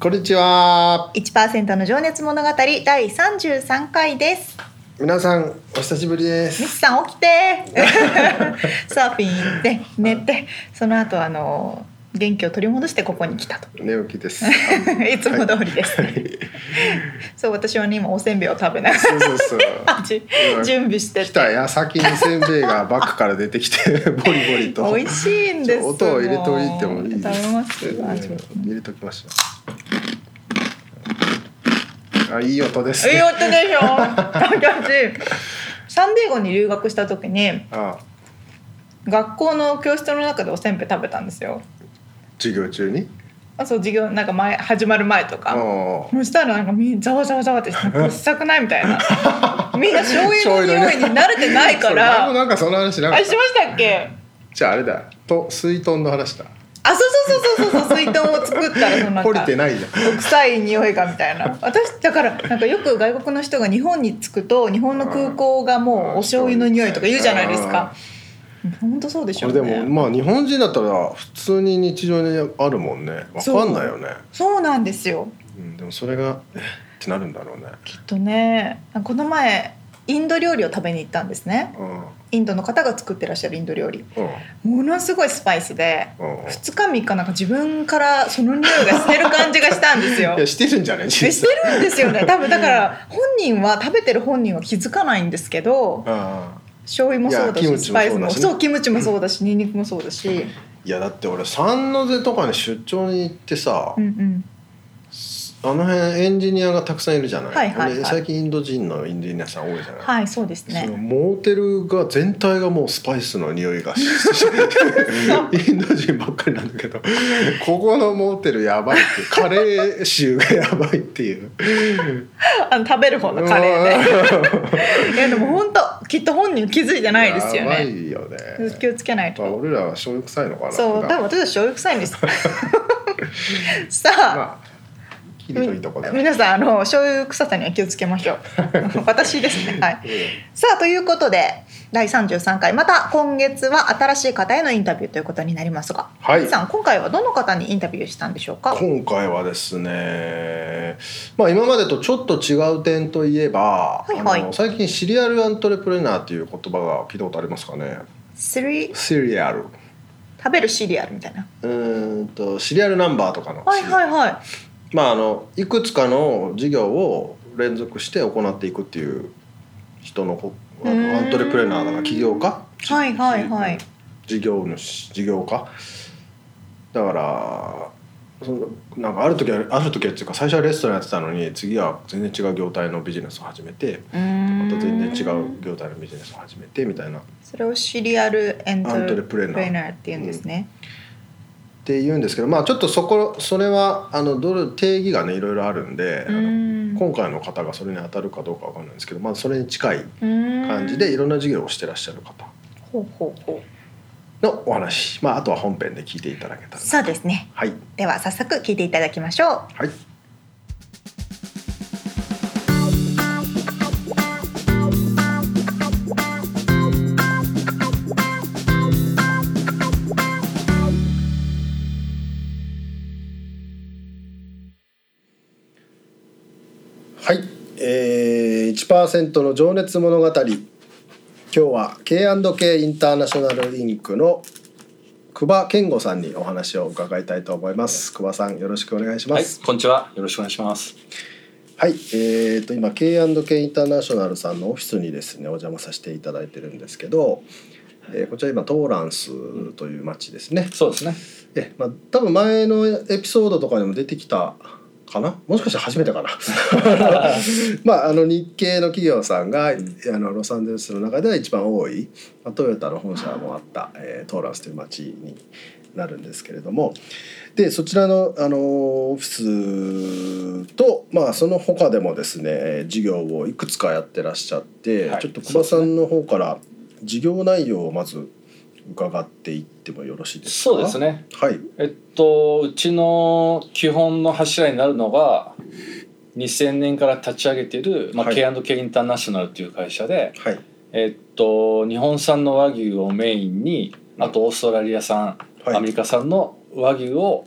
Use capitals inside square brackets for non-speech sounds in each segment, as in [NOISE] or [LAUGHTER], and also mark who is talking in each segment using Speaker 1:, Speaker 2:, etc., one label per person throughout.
Speaker 1: こんにちは。
Speaker 2: 1%の情熱物語第33回です。
Speaker 1: 皆さんお久しぶりで
Speaker 2: ミ
Speaker 1: す。
Speaker 2: ツさん起きて [LAUGHS] サーフィン行って寝てその後あの元気を取り戻してここに来たと [LAUGHS]
Speaker 1: 寝起きです。
Speaker 2: いつも通りです、そう私はね今おせんべいを食べなが
Speaker 1: そうそうそう。
Speaker 2: らじ
Speaker 1: うん
Speaker 2: 準備して
Speaker 1: 来た矢先にせんべいがバッグから出てきて [LAUGHS] ボリボリと。
Speaker 2: 美味しいんですよ
Speaker 1: 音を入れといてもいいです。
Speaker 2: 食べます、
Speaker 1: うん
Speaker 2: あちょっと
Speaker 1: 入れときましょう。あいい音です、
Speaker 2: いい
Speaker 1: ね。
Speaker 2: 音でしょ私サンディエゴに留学した時に
Speaker 1: あ
Speaker 2: 学校の教室の中でおせんべい食べたんですよ
Speaker 1: 授業中に。
Speaker 2: あそう授業なんか前始まる前とか、
Speaker 1: あ
Speaker 2: そしたらなんかみんなざわざわざわってして臭くないみたいなみんな醤油の匂いに慣れてないか
Speaker 1: 前も
Speaker 2: ら
Speaker 1: なんかその話しな
Speaker 2: あ
Speaker 1: かっ
Speaker 2: しま
Speaker 1: た。
Speaker 2: したっけ
Speaker 1: じゃああれだ。と水遁の話だ。
Speaker 2: あそうそうそうそうそう水筒を作ったらそのなん
Speaker 1: 懲り
Speaker 2: か
Speaker 1: てないじゃん。
Speaker 2: 臭い匂いがみたいな私だからなんかよく外国の人が日本に着くと日本の空港がもうお醤油の匂いとか言うじゃないですか本当そうでし
Speaker 1: こ
Speaker 2: ょ
Speaker 1: れ
Speaker 2: う
Speaker 1: で
Speaker 2: ね
Speaker 1: もまあ日本人だったら普通に日常にあるもんねわかんないよね
Speaker 2: そうなんですよ
Speaker 1: う、ん、でもそれが [LAUGHS] えってなるんだろうね、
Speaker 2: きっとねこの前インド料理を食べに行ったんですね
Speaker 1: うん
Speaker 2: インドの方が作ってらっしゃるインド料理
Speaker 1: うん
Speaker 2: ものすごいスパイスで
Speaker 1: うん、
Speaker 2: 2日3日なんか自分からその匂いがしてる感じがしたんですよ
Speaker 1: いや。してるんじゃない
Speaker 2: え
Speaker 1: 実
Speaker 2: して
Speaker 1: 際
Speaker 2: るんですよね多分だから本人は食べてる本人は気づかないんですけど
Speaker 1: うん
Speaker 2: 醤油もそうだ
Speaker 1: いやキム
Speaker 2: し
Speaker 1: チ
Speaker 2: ス
Speaker 1: も
Speaker 2: パイスも
Speaker 1: そうだしね
Speaker 2: そうキムチもそうだしニンニクもそうだし
Speaker 1: いやだって俺三ノ瀬とかに出張に行ってさ、
Speaker 2: うんうん
Speaker 1: あの辺エンジニアがたくさんいるじゃない,、
Speaker 2: はいはいはい
Speaker 1: で最近インド人のエンジニアさん多いじゃない、
Speaker 2: はいそうです
Speaker 1: その
Speaker 2: ね
Speaker 1: モーテルが全体がもうスパイスの匂いがし
Speaker 2: [LAUGHS]
Speaker 1: インド人ばっかりなんだけどここのモーテルやば
Speaker 2: [LAUGHS]
Speaker 1: いっていうカレー臭がやばいっていう
Speaker 2: あの食べる方のカレーね
Speaker 1: [LAUGHS]
Speaker 2: いやでも本当きっと本人気づいてないですよ
Speaker 1: やば
Speaker 2: ね
Speaker 1: いよね
Speaker 2: 気をつけない
Speaker 1: まあ、
Speaker 2: と
Speaker 1: 俺らは醤油臭いのかな
Speaker 2: そう多分
Speaker 1: 普段
Speaker 2: 私は醤油臭いんです
Speaker 1: [LAUGHS]
Speaker 2: さあ
Speaker 1: まあ切りといとこだ
Speaker 2: [LAUGHS]
Speaker 1: ね
Speaker 2: 皆さんあの醤油臭さには気をつけまし
Speaker 1: [LAUGHS]
Speaker 2: ょう私ですねはいさあということで第33回また今月は新しい方へのインタビューということになりますが、
Speaker 1: はい
Speaker 2: ミツさん今回はどの方にインタビューしたんでしょうか
Speaker 1: 今回はですね、まあ、今までとちょっと違う点といえば、
Speaker 2: はいはい
Speaker 1: あの最近シリアルアントレプレナーという言葉が聞いたことありますかね
Speaker 2: スリ
Speaker 1: シリアル
Speaker 2: 食べるシリアルみたいな
Speaker 1: うーんとシリアルナンバーとかの、
Speaker 2: はいはいはい
Speaker 1: まああのいくつかの事業を連続して行っていくっていう人のこあ
Speaker 2: うーん
Speaker 1: のアントレプレナーだから起業家
Speaker 2: はいはいはい
Speaker 1: 事業主事業家だからそのなんかある時はある時はっていうか最初はレストランやってたのに次は全然違う業態のビジネスを始めて
Speaker 2: うー
Speaker 1: ま
Speaker 2: ん
Speaker 1: た全然違う業態のビジネスを始めてみたいなっ
Speaker 2: それをシリアルエント
Speaker 1: アント
Speaker 2: レプ
Speaker 1: レプ
Speaker 2: レ
Speaker 1: レ
Speaker 2: ナ
Speaker 1: ナー
Speaker 2: ーっていうんですね、
Speaker 1: て言うんですけどまあちょっとそこそれはあのどれ定義がねいろいろあるんであ
Speaker 2: う
Speaker 1: の
Speaker 2: ーん
Speaker 1: 今回の方がそれに当たるかどうかわかんないんですけどまあそれに近いう
Speaker 2: ーん
Speaker 1: 感じでいろんな事業をしてらっしゃる方
Speaker 2: ほうほうほ
Speaker 1: のお話まああとは本編で聞いていただけた
Speaker 2: う
Speaker 1: ら
Speaker 2: そうですね
Speaker 1: はい
Speaker 2: では早速聞いていただきましょう
Speaker 1: はいはい、えー、1%の情熱物語今日は K&K インターナショナルインクの久保健吾さんにお話を伺いたいと思います久保さんよろしくお願いしま
Speaker 3: はい
Speaker 1: す、
Speaker 3: こんにちは。よろしくお願いします。
Speaker 1: はいはい、えー、と今 K&K インターナショナルさんのオフィスにですねお邪魔させていただいてるんですけど、えーこちら今トーランスという町ですね、
Speaker 3: そうですね。
Speaker 1: えまあ、多分前のエピソードとかでも出てきたかなもしかしたら初めてかな
Speaker 3: [LAUGHS]
Speaker 1: [LAUGHS] まああの日系の企業さんが、あのロサンゼルスの中では一番多い、まあ、トヨタの本社もあった、えートーランスという町になるんですけれどもでそちらの、あのオフィスと、まあ、その他でもですねえー事業をいくつかやってらっしゃって、
Speaker 3: はい
Speaker 1: ちょっと久保さんの方から事業内容をまず伺っていってもよろしいですか
Speaker 3: そうですね。
Speaker 1: はい
Speaker 3: えっとうちの基本の柱になるのが2000年から立ち上げている、まあ
Speaker 1: はい
Speaker 3: K&K インターナショナルという会社で、
Speaker 1: はい
Speaker 3: えっと日本産の和牛をメインに
Speaker 1: うん
Speaker 3: あとオーストラリア産、
Speaker 1: はい
Speaker 3: アメリカ産の和牛を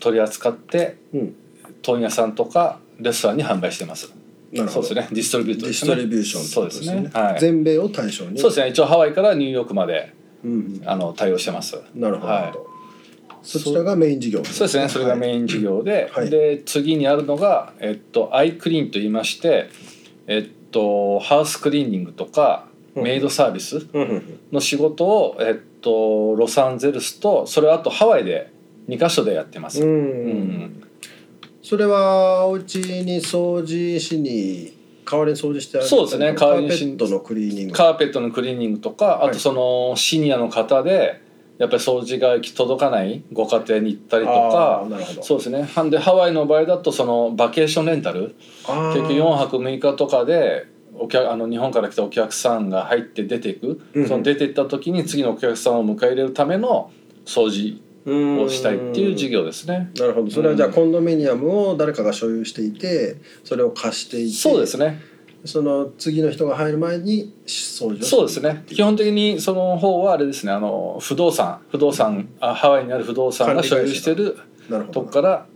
Speaker 3: 取り扱って
Speaker 1: うん
Speaker 3: 問屋さんとかレストランに販売してます。
Speaker 1: なる
Speaker 3: そ
Speaker 1: ほ
Speaker 3: う
Speaker 1: ど
Speaker 3: ですね。ディストリビュー
Speaker 1: デ
Speaker 3: ト
Speaker 1: ィ
Speaker 3: で
Speaker 1: ス
Speaker 3: す
Speaker 1: ト
Speaker 3: ね。
Speaker 1: リビューションって
Speaker 3: そ
Speaker 1: こ
Speaker 3: う
Speaker 1: と
Speaker 3: ですね。はい。
Speaker 1: 全米を対象に
Speaker 3: そうですね。一応ハワイからニューヨークまで
Speaker 1: うんうん
Speaker 3: あの対応してます。
Speaker 1: なるほど、
Speaker 3: はい
Speaker 1: なるほどそちらがメイン事業
Speaker 3: そうですね。それがメイン事業で、
Speaker 1: はい
Speaker 3: で次にあるのがえっとアイクリーンと言いまして、えっとハウスクリーニングとか
Speaker 1: うん
Speaker 3: メイドサービス
Speaker 1: はいうんうん
Speaker 3: の仕事をえっとロサンゼルスとそれあとハワイで2カ所でやってます。
Speaker 1: う
Speaker 3: うんん
Speaker 1: それはお家に掃除しに代わりに掃除してあげたり
Speaker 3: そうですね
Speaker 1: カ
Speaker 3: 代
Speaker 1: ー
Speaker 3: わり
Speaker 1: ペ
Speaker 3: にし
Speaker 1: ットのクリーニング
Speaker 3: カーペットのクリーニングとかあ
Speaker 1: はい
Speaker 3: とそのシニアの方でやっぱり掃除が行き届かないご家庭に行ったりと
Speaker 1: あー
Speaker 3: か
Speaker 1: なるほど
Speaker 3: そうですねなんでハワイの場合だとそのバケーションレンタル
Speaker 1: あー
Speaker 3: 結局4泊6日とかでお客あの日本から来たお客さんが入って出ていく、
Speaker 1: うんうん
Speaker 3: その出ていった時に次のお客さんを迎え入れるための掃除をしたいっていう事業ですね。
Speaker 1: なるほどそれはじゃあコンドミニアムを誰かが所有していてそれを貸していて
Speaker 3: そうですね
Speaker 1: その次の人が入る前に掃除をる
Speaker 3: そうですね基本的にその方はあれですねあの不動産不動産、あハワイにある不動産が所有してる
Speaker 1: なるほど
Speaker 3: とこから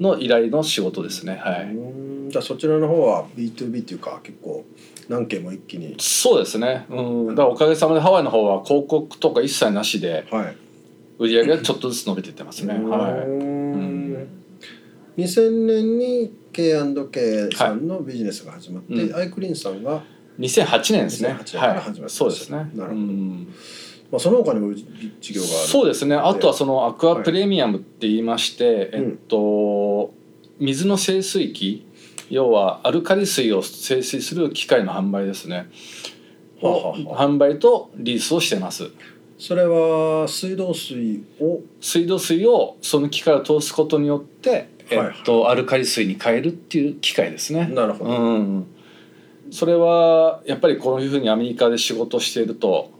Speaker 3: の依頼の仕事ですねは
Speaker 1: う
Speaker 3: い
Speaker 1: ーんじゃあそちらの方は B2B っていうか結構何件も一気に
Speaker 3: そうですねうんだからおかげさまでハワイの方は広告とか一切なしで
Speaker 1: はい
Speaker 3: 売り上げがちょっとずつ伸びていってますね
Speaker 1: うーん
Speaker 3: は
Speaker 1: 2000年に K&K さんのビジネスが始まって、
Speaker 3: はいうん
Speaker 1: アイクリーンさんが、
Speaker 3: い2008年ですね
Speaker 1: 2008年から始まったんですね
Speaker 3: はいそうですね
Speaker 1: なるほど
Speaker 3: うん
Speaker 1: まあ、その他にも事業がある
Speaker 3: そうですねあとはそのアクアプレミアムって言いまして
Speaker 1: うん
Speaker 3: えっと水の清水機要はアルカリ水を清水する機械の販売ですね
Speaker 1: はあはあはあ
Speaker 3: 販売とリースをしてます
Speaker 1: それは水道水を
Speaker 3: 水道水をその機械を通すことによって、
Speaker 1: はいはい
Speaker 3: えっと、アルカリ水に変えるっていう機械ですね。
Speaker 1: なるほ
Speaker 3: う
Speaker 1: ど、
Speaker 3: ん、それはやっぱりこういうふうにアメリカで仕事していると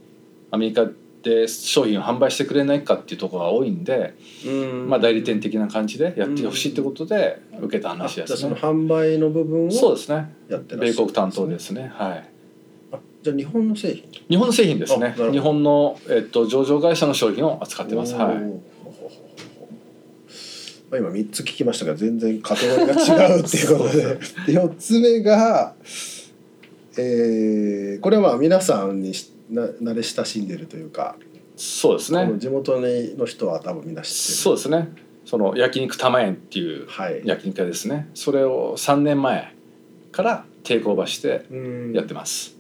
Speaker 3: アメリカで商品を販売してくれないかっていうところが多いんで、
Speaker 1: うん
Speaker 3: まあ、代理店的な感じでやってほしいってことで受けた話で
Speaker 1: あじ
Speaker 3: す
Speaker 1: ゃあ
Speaker 3: ね。
Speaker 1: その販売の部分
Speaker 3: そう
Speaker 1: を
Speaker 3: ですね
Speaker 1: やってらっしゃる
Speaker 3: 米国担当ですすね、はい、
Speaker 1: あじゃあ日本の製品
Speaker 3: 日本の製品です
Speaker 1: あな
Speaker 3: ね
Speaker 1: るほど
Speaker 3: 日本の、えっと、上場会社の商品を扱ってます、は
Speaker 1: おー
Speaker 3: い、
Speaker 1: まあ今3つ聞きましたが全然カテゴリーが違うっていうことで4つ目が、えーこれはまあ皆さんにしな慣れ親しんでるというか、
Speaker 3: そうです
Speaker 1: こ
Speaker 3: ね
Speaker 1: の地元の人は多分みんな知って
Speaker 3: そうですねその焼肉玉園っていう
Speaker 1: るはい
Speaker 3: 焼肉屋ですねそれを3年前から抵抗ばして
Speaker 1: うん
Speaker 3: やってます、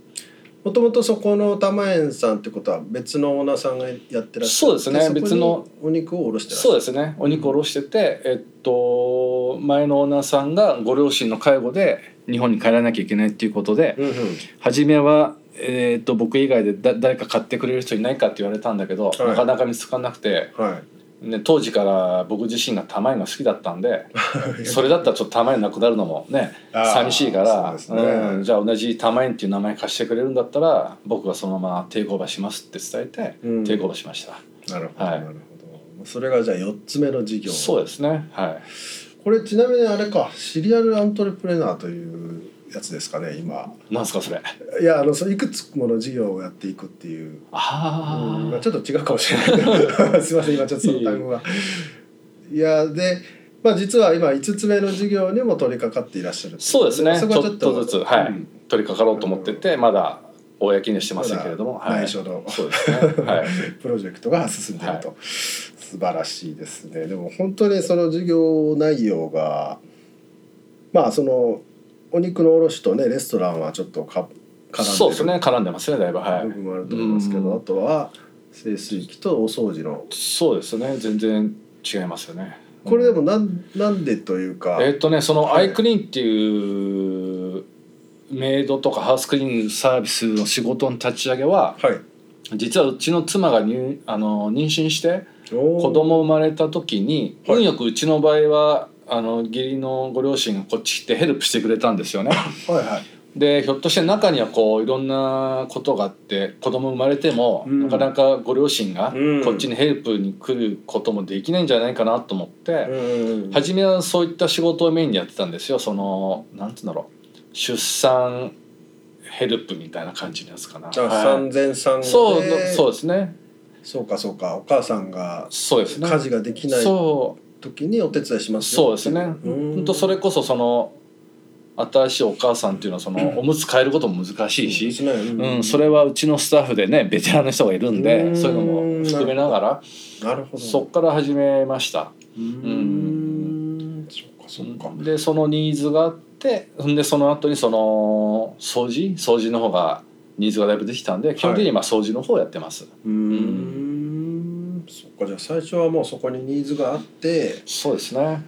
Speaker 1: もともとそこの玉園さんってことは別のオーナーさんがやってらっしゃ
Speaker 3: そうですね
Speaker 1: そこに
Speaker 3: 別の
Speaker 1: お肉を卸してらっし
Speaker 3: そ
Speaker 1: ゃ
Speaker 3: う
Speaker 1: る
Speaker 3: ですねお肉を卸してて、えっと前のオーナーさんがご両親の介護で日本に帰らなきゃいけないっていうことで、
Speaker 1: うんうん
Speaker 3: 初めは、えっと僕以外でだ誰か買ってくれる人いないかって言われたんだけど、
Speaker 1: はい
Speaker 3: なかなか見つからなくて、
Speaker 1: は
Speaker 3: ね、当時から僕自身が玉井が好きだったんで
Speaker 1: い
Speaker 3: それだったらちょっと玉井なくなるのもね
Speaker 1: あー
Speaker 3: 寂しいか
Speaker 1: そ
Speaker 3: ら
Speaker 1: うですね
Speaker 3: うんじゃあ同じ「玉園」っていう名前貸してくれるんだったら僕はそのまま抵抗馬しますって伝えて
Speaker 1: うん
Speaker 3: 抵抗馬しました、
Speaker 1: なるほど、
Speaker 3: はい
Speaker 1: なるほどそれがじゃあ4つ目の事業
Speaker 3: そうですねはい
Speaker 1: これちなみにあれかシリアルアントレプレナーというやつですかね今
Speaker 3: なんすかそれあ
Speaker 1: いやあのそういくつもの事業をやっていくっていう
Speaker 3: あ
Speaker 1: うんまあ
Speaker 3: ー
Speaker 1: ちょっと違うかもしれない [LAUGHS] すいません今ちょっとその単語がいやでまあ実は今5つ目の事業にも取り掛かっていらっしゃる
Speaker 3: そうですねち
Speaker 1: そこはち
Speaker 3: ょ
Speaker 1: ょっ
Speaker 3: っ
Speaker 1: と
Speaker 3: とずつ、はい
Speaker 1: うん
Speaker 3: 取り掛かろうと思っててまだ公にはしてませんけれども、
Speaker 1: まだ
Speaker 3: はい、
Speaker 1: 内緒の
Speaker 3: そうですね
Speaker 1: [LAUGHS]
Speaker 3: はい
Speaker 1: プロジェクトが進んでいると、
Speaker 3: は
Speaker 1: 素晴らしいですねでも本当にその授業内容がまあそのお肉の卸とねレストランはちょっとか絡んでる
Speaker 3: そうですね絡んでますねだいぶはい、
Speaker 1: 部分もあると思いますけど、
Speaker 3: うん
Speaker 1: あとは清水機とお掃除の
Speaker 3: そうですね全然違いますよね
Speaker 1: これでもなんなんでというか、
Speaker 3: えっとねその
Speaker 1: は
Speaker 3: ア
Speaker 1: い
Speaker 3: イクリーンっていうメイドとかハウスクリーニングサービスの仕事の立ち上げ
Speaker 1: は
Speaker 3: は
Speaker 1: い
Speaker 3: 実はうちの妻が入あの妊娠して
Speaker 1: 子
Speaker 3: 子供生まれた時に
Speaker 1: はい
Speaker 3: 運よくうちの場合はあの義理のご両親がこっち来てヘルプしてくれたん
Speaker 1: [LAUGHS]
Speaker 3: ですよね。
Speaker 1: はいはい
Speaker 3: でひょっとして中にはこういろんなことがあって子供生まれても、
Speaker 1: うん
Speaker 3: なかなかご両親が
Speaker 1: うん
Speaker 3: こっちにヘルプに来ることもできないんじゃないかなと思って。
Speaker 1: うん
Speaker 3: 初めはそういった仕事をメインにやってたんですよそのなんつうんだろう出産ヘルプみたいな感じのやつかな、
Speaker 1: あ
Speaker 3: はい
Speaker 1: 産前産後で
Speaker 3: そうそうですね
Speaker 1: そうかそうかお母さんが
Speaker 3: そうですね
Speaker 1: 家事ができない
Speaker 3: そ
Speaker 1: 時にお手伝いし
Speaker 3: う
Speaker 1: ますよ
Speaker 3: そうですね
Speaker 1: うん
Speaker 3: 本当それこそその新しいお母さんっていうのはそのおむつ変えることも難しいし、
Speaker 1: そうですね
Speaker 3: うんそれはうちのスタッフでねベテランの人がいるんで
Speaker 1: うん
Speaker 3: そういうのも含めながら
Speaker 1: なるほど
Speaker 3: そっから始めました。
Speaker 1: うんそっかそっか
Speaker 3: でそのニーズがあってんでその後にその掃除掃除の方がニーズがだいぶできたんで基本的に今掃除の方をやってます、
Speaker 1: うんそっかじゃあ最初はもうそこにニーズがあって
Speaker 3: そうですね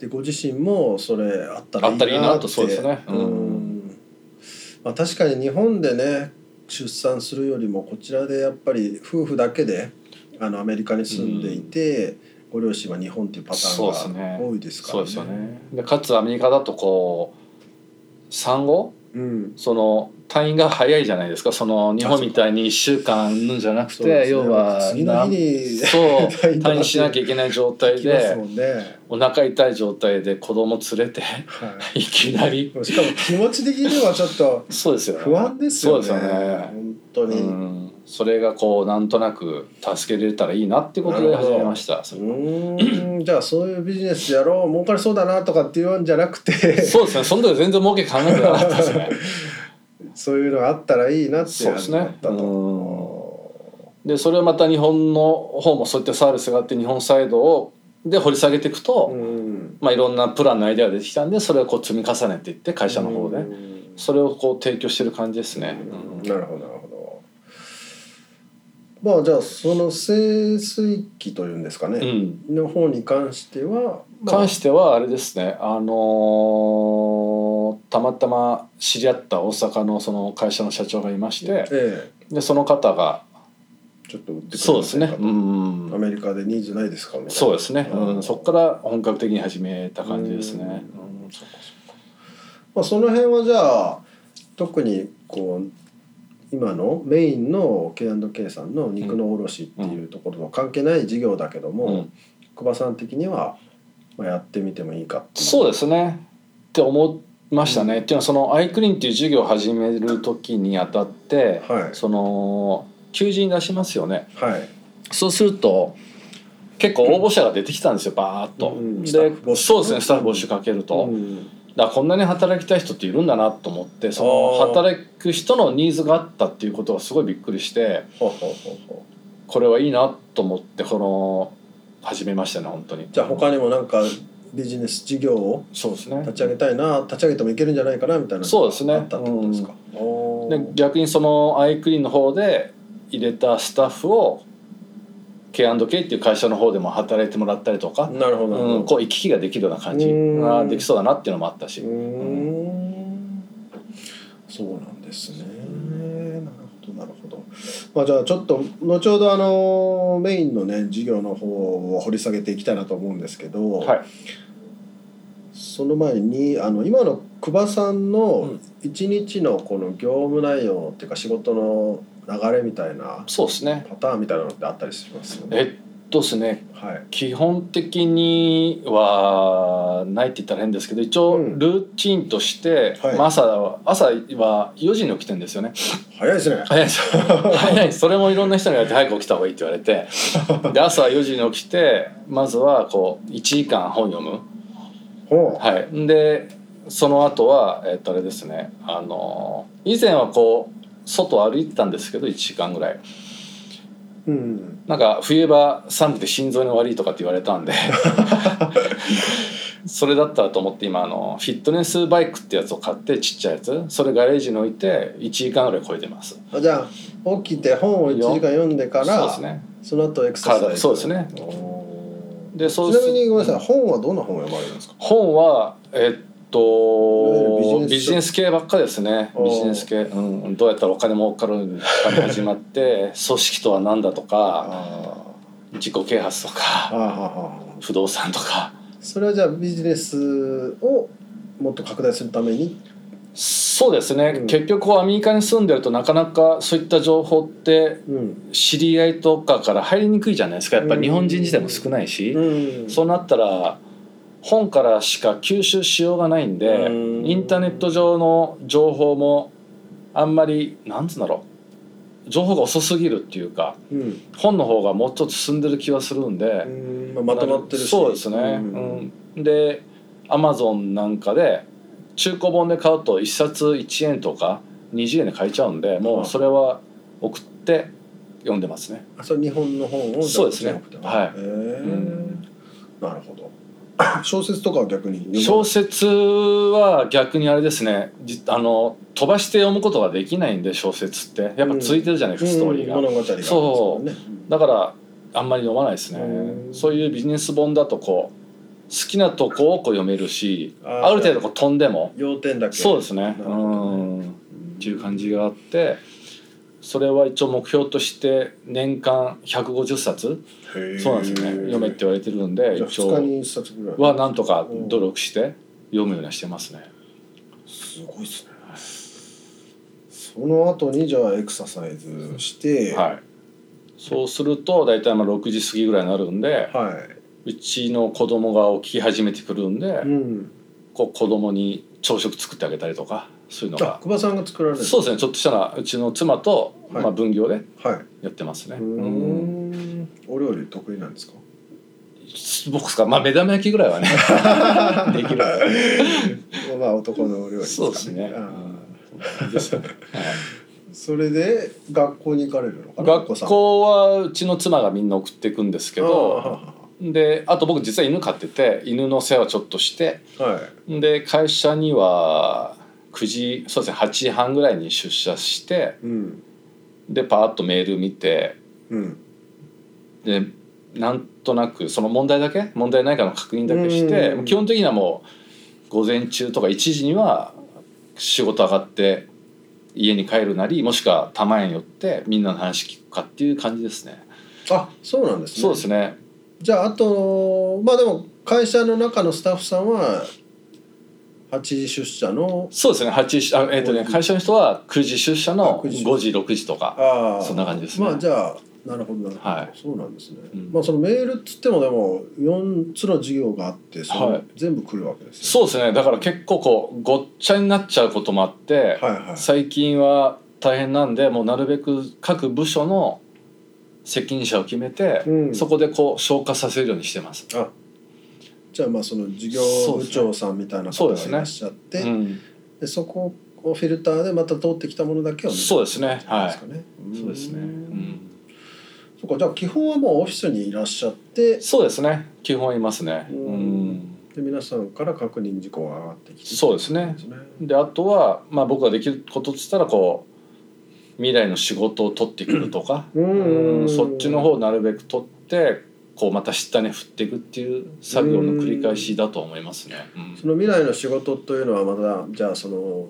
Speaker 1: でご自身もそれあったらいいな
Speaker 3: あったらいいなとそうですね
Speaker 1: う
Speaker 3: うんん
Speaker 1: まあ、確かに日本でね出産するよりもこちらでやっぱり夫婦だけであのアメリカに住んでいて、ご両親は日本っていうパタ
Speaker 3: そうです
Speaker 1: ーンが
Speaker 3: ね
Speaker 1: 多いですか
Speaker 3: そ
Speaker 1: ら
Speaker 3: うですよねでかつアメリカだとこう産後
Speaker 1: うん
Speaker 3: その退院が早いじゃないですかその日本みたいに1週間産むんじゃなくて、
Speaker 1: そうですね
Speaker 3: 要は
Speaker 1: 次の日に
Speaker 3: なそう
Speaker 1: [LAUGHS] 退院とか
Speaker 3: 退院しなきゃいけない状
Speaker 1: 聞
Speaker 3: 態
Speaker 1: きますも
Speaker 3: で
Speaker 1: んね、
Speaker 3: お腹痛い状態で子供連れて [LAUGHS]
Speaker 1: はい
Speaker 3: きなり
Speaker 1: い、しかも気持ち的にはちょっと
Speaker 3: そうですよね
Speaker 1: 不安ですよね
Speaker 3: そうですよね
Speaker 1: 本当に、
Speaker 3: うん、それがこうなんとなく助けれたらいいなってことで始めましたそうれ
Speaker 1: ーんじゃあそういうビジネスやろう儲かりそうだなとかっていうんじゃなくて
Speaker 3: そうですねその時は全然儲け考えてなかったですね
Speaker 1: そういうのがあったらいいなって
Speaker 3: そうですね
Speaker 1: あのなったと。
Speaker 3: でそれをまた日本の方もそういったサービスがあって日本サイドをで掘り下げていくと、
Speaker 1: うん
Speaker 3: まあ、いろんなプランのアイデアが出てきたんでそれをこう積み重ねていって会社の方で、
Speaker 1: うん
Speaker 3: それをこう提供してる感じですね、うん
Speaker 1: なるほどなるほど。まあじゃあその清水機というんですか
Speaker 3: う
Speaker 1: ね、
Speaker 3: ん
Speaker 1: の方に関しては、まあ
Speaker 3: 関してはあれですねあのーたまたま知り合った大阪のその会社の社長がいまして、
Speaker 1: え
Speaker 3: でその方が
Speaker 1: え、ちょっと売ってくれませんか
Speaker 3: そうですねうん
Speaker 1: アメリカでニーズないですかみたいな
Speaker 3: そうですね、
Speaker 1: う
Speaker 3: うんん、そこから本格的に始めた感じですね
Speaker 1: うんうんそっかそっかまあ、その辺はじゃあ特にこう今のメインの K&K さんの肉の卸っていうところと関係ない事業だけども、
Speaker 3: うん、
Speaker 1: 久保さん的には、まあ、やってみてもいいかっていう
Speaker 3: そうですねって思いましたね、っていうのはそのアイクリーンっていう授業を始める時にあたって、
Speaker 1: はい
Speaker 3: その求人出しますよね
Speaker 1: はい
Speaker 3: そうすると結構応募者が出てきたんですよバーッと、
Speaker 1: うん
Speaker 3: で
Speaker 1: スタッフ募集
Speaker 3: そうですねスタッフ募集かけると、
Speaker 1: うん
Speaker 3: だからこんなに働きたい人っているんだなと思ってその働く人のニーズがあったっていうことがすごいびっくりして
Speaker 1: ほうほうほうほう
Speaker 3: これはいいなと思ってこの始めましたね本当に
Speaker 1: じゃあ他にもなんかビジネス事業を
Speaker 3: そうですね
Speaker 1: 立ち上げたいな立ち上げてもいけるんじゃないかなみたいなのが
Speaker 3: そうですね
Speaker 1: あったってことですか、お
Speaker 3: で
Speaker 1: ー
Speaker 3: 逆にそのアイクリーンの方で入れたスタッフを K&K っていう会社の方でも働いてもらったりとか、
Speaker 1: なるほどなるほど
Speaker 3: うん、こう行き来ができるような感じ
Speaker 1: うん
Speaker 3: ができそうだなっていうのもあったし、
Speaker 1: うーんそうなんですね。なるほどなるほど。まあじゃあちょっと後ほどあのメインのね事業の方を掘り下げていきたいなと思うんですけど、
Speaker 3: はい
Speaker 1: その前にあの今の久保さん
Speaker 3: う
Speaker 1: の
Speaker 3: ん
Speaker 1: 一日のこの業務内容っていうか仕事の流れみたいな
Speaker 3: そうですね
Speaker 1: パターンみたいなのってあったりしますよね。
Speaker 3: えっとですね
Speaker 1: はい。
Speaker 3: 基本的にはないって言ったら変ですけど一応
Speaker 1: うん
Speaker 3: ルーチンとして、
Speaker 1: はい
Speaker 3: まあ朝は朝は4時に起きてるんですよね
Speaker 1: 早いですね。
Speaker 3: 早いです早いですそれもいろんな人に言われて早く起きた方がいいって言われてで朝4時に起きてまずはこう1時間本読む
Speaker 1: ほう。
Speaker 3: はいでその後はえっとあれですねあの以前はこう外を歩いてたんですけど1時間ぐらい
Speaker 1: うん。 [LAUGHS]
Speaker 3: なんか冬場寒くて心臓に悪いとかって言われたんでそれだったらと思って今あのフィットネスバイクってやつを買ってちっちゃいやつそれガレージに置いて1時間ぐらい超えてます
Speaker 1: あじゃあ起きて本を1時間読んでから
Speaker 3: そう
Speaker 1: そ
Speaker 3: ですね
Speaker 1: の後エクササイ
Speaker 3: 体
Speaker 1: ズ
Speaker 3: そうですね
Speaker 1: おー
Speaker 3: でそう
Speaker 1: ちなみにごめんなさい、
Speaker 3: うん
Speaker 1: 本はどんな本を読まれるんですか
Speaker 3: 本はえっ
Speaker 1: いわゆ
Speaker 3: と
Speaker 1: るビジネス書
Speaker 3: ビジネス系ばっかりですね
Speaker 1: おー
Speaker 3: ビジネス系、うん、どうやったらお金儲かるのから始まって [LAUGHS] 組織とは何だとか
Speaker 1: あ
Speaker 3: 自己啓発と
Speaker 1: ああ
Speaker 3: か
Speaker 1: あああ
Speaker 3: 不動産とか
Speaker 1: それはじゃあビジネスをもっと拡大するために
Speaker 3: そうですね、
Speaker 1: うん
Speaker 3: 結局アメリカに住んでるとなかなかそういった情報って
Speaker 1: うん、
Speaker 3: 知り合いとかから入りにくいじゃないですかやっぱり日本人自体も少ないし、
Speaker 1: うん、
Speaker 3: そうなったら本からしか吸収しようがないんで、
Speaker 1: うん
Speaker 3: インターネット上の情報もあんまりなんつうんだろう情報が遅すぎるっていうか
Speaker 1: うん
Speaker 3: 本の方がもうちょっと進んでる気はするんで、
Speaker 1: うんまあ、まとまってるし
Speaker 3: そうですね、
Speaker 1: うん
Speaker 3: うんでアマゾンなんかで中古本で買うと1冊1円とか20円で買えちゃうんでもうそれは送って読んでますね、
Speaker 1: あそれ日本の本を
Speaker 3: そうですねはい
Speaker 1: へえ
Speaker 3: うん
Speaker 1: なるほど [COUGHS] 小説とかは逆に読む
Speaker 3: 小説は逆にあれですねじあの飛ばして読むことができないんで小説ってやっぱついてるじゃないですか、ストーリーが、
Speaker 1: うん物語がありますもんね
Speaker 3: だからあんまり読まないですね、
Speaker 1: うん
Speaker 3: そういうビジネス本だとこう好きなとこをこう読めるし
Speaker 1: あ
Speaker 3: ある程度こう飛んでも
Speaker 1: 要点だけ
Speaker 3: そうですね
Speaker 1: る
Speaker 3: う
Speaker 1: ほどね
Speaker 3: んっていう感じがあってそれは一応目標として年間150冊
Speaker 1: へえ
Speaker 3: そうなんですよね読めって言われてるんで
Speaker 1: じゃあ
Speaker 3: 一
Speaker 1: 2日
Speaker 3: 応
Speaker 1: に一冊ぐらい
Speaker 3: はなんとか努力して読むようにはしてますね
Speaker 1: すごいですねその後にじゃあエクササイズして
Speaker 3: はいそうすると大体まあ6時過ぎぐらいになるんで
Speaker 1: は
Speaker 3: うちの子供が起き始めてくるんで
Speaker 1: いうん
Speaker 3: こう子供に朝食作ってあげたりとかそういうの
Speaker 1: あ
Speaker 3: が
Speaker 1: 久保さんが作られる
Speaker 3: そうですねちょっとしたらうちの妻と
Speaker 1: はい
Speaker 3: まあ分業で
Speaker 1: はい
Speaker 3: やってますね
Speaker 1: うー
Speaker 3: うん
Speaker 1: んお料理得意なん
Speaker 3: [LAUGHS]
Speaker 1: ですか
Speaker 3: 僕ですかまあ目玉焼きぐらい
Speaker 1: [LAUGHS]
Speaker 3: はねできる
Speaker 1: まあ男のお料理ですか
Speaker 3: そうですね
Speaker 1: あ
Speaker 3: ですよね
Speaker 1: ーそれで学校に行かれるのかな
Speaker 3: 学校はうちの妻がみんな送っていくんですけ
Speaker 1: け
Speaker 3: どであと僕実は犬飼ってて犬の世話ちょっとして
Speaker 1: はい
Speaker 3: で会社には9時そうですね8時半ぐらいに出社して
Speaker 1: うん
Speaker 3: でパーッとメール見て
Speaker 1: うん
Speaker 3: でなんとなくその問題だけ問題ないかの確認だけして
Speaker 1: うん
Speaker 3: 基本的にはもう午前中とか1時には仕事上がって家に帰るなりもしくは多摩園寄ってみんなの話聞くかっていう感じですね。
Speaker 1: あそうなんですね
Speaker 3: そうですね
Speaker 1: じゃああとまあでも会社の中のスタッフさんは8時出社の
Speaker 3: そうですね8時あ、えーとね、会社の人は9時出社の
Speaker 1: あ9時
Speaker 3: 5時6時とか
Speaker 1: あー
Speaker 3: そんな感じですね
Speaker 1: まあじゃあなるほどなるほど、
Speaker 3: はい
Speaker 1: そうなんですね、
Speaker 3: うん
Speaker 1: まあそのメールっつってもでも4つの授業があってその
Speaker 3: はい
Speaker 1: 全部来るわけですよ、
Speaker 3: そうですねだから結構こうごっちゃになっちゃうこともあって、
Speaker 1: はいはい
Speaker 3: 最近は大変なんでもうなるべく各部署の責任者を決めて、
Speaker 1: うん
Speaker 3: そこでこう消化させるようにしてます。
Speaker 1: あじゃあまあその事業部長さんみたいな
Speaker 3: そ
Speaker 1: 方
Speaker 3: う
Speaker 1: が
Speaker 3: です
Speaker 1: い
Speaker 3: ね
Speaker 1: らっしゃって
Speaker 3: う
Speaker 1: そ
Speaker 3: ん、
Speaker 1: でそこをフィルターでまた通ってきたものだけを見る
Speaker 3: そうですね
Speaker 1: ん
Speaker 3: は
Speaker 1: ですか
Speaker 3: い
Speaker 1: ね、
Speaker 3: そうですね、うん、
Speaker 1: そっかじゃあ基本はもうオフィスにいらっしゃって
Speaker 3: そうですね基本いますね、
Speaker 1: うん
Speaker 3: うん、
Speaker 1: で皆さんから確認事項が上がってきて
Speaker 3: そうですね
Speaker 1: ですね
Speaker 3: であとは、まあ、僕ができることっつったらこう未来の仕事を取ってくるとか、
Speaker 1: うん
Speaker 3: うんそっちの方をなるべく取ってこうまた下に振っていくっていう作業の繰り返しだと思いますね。うん
Speaker 1: その未来の仕事というのはまだじゃあその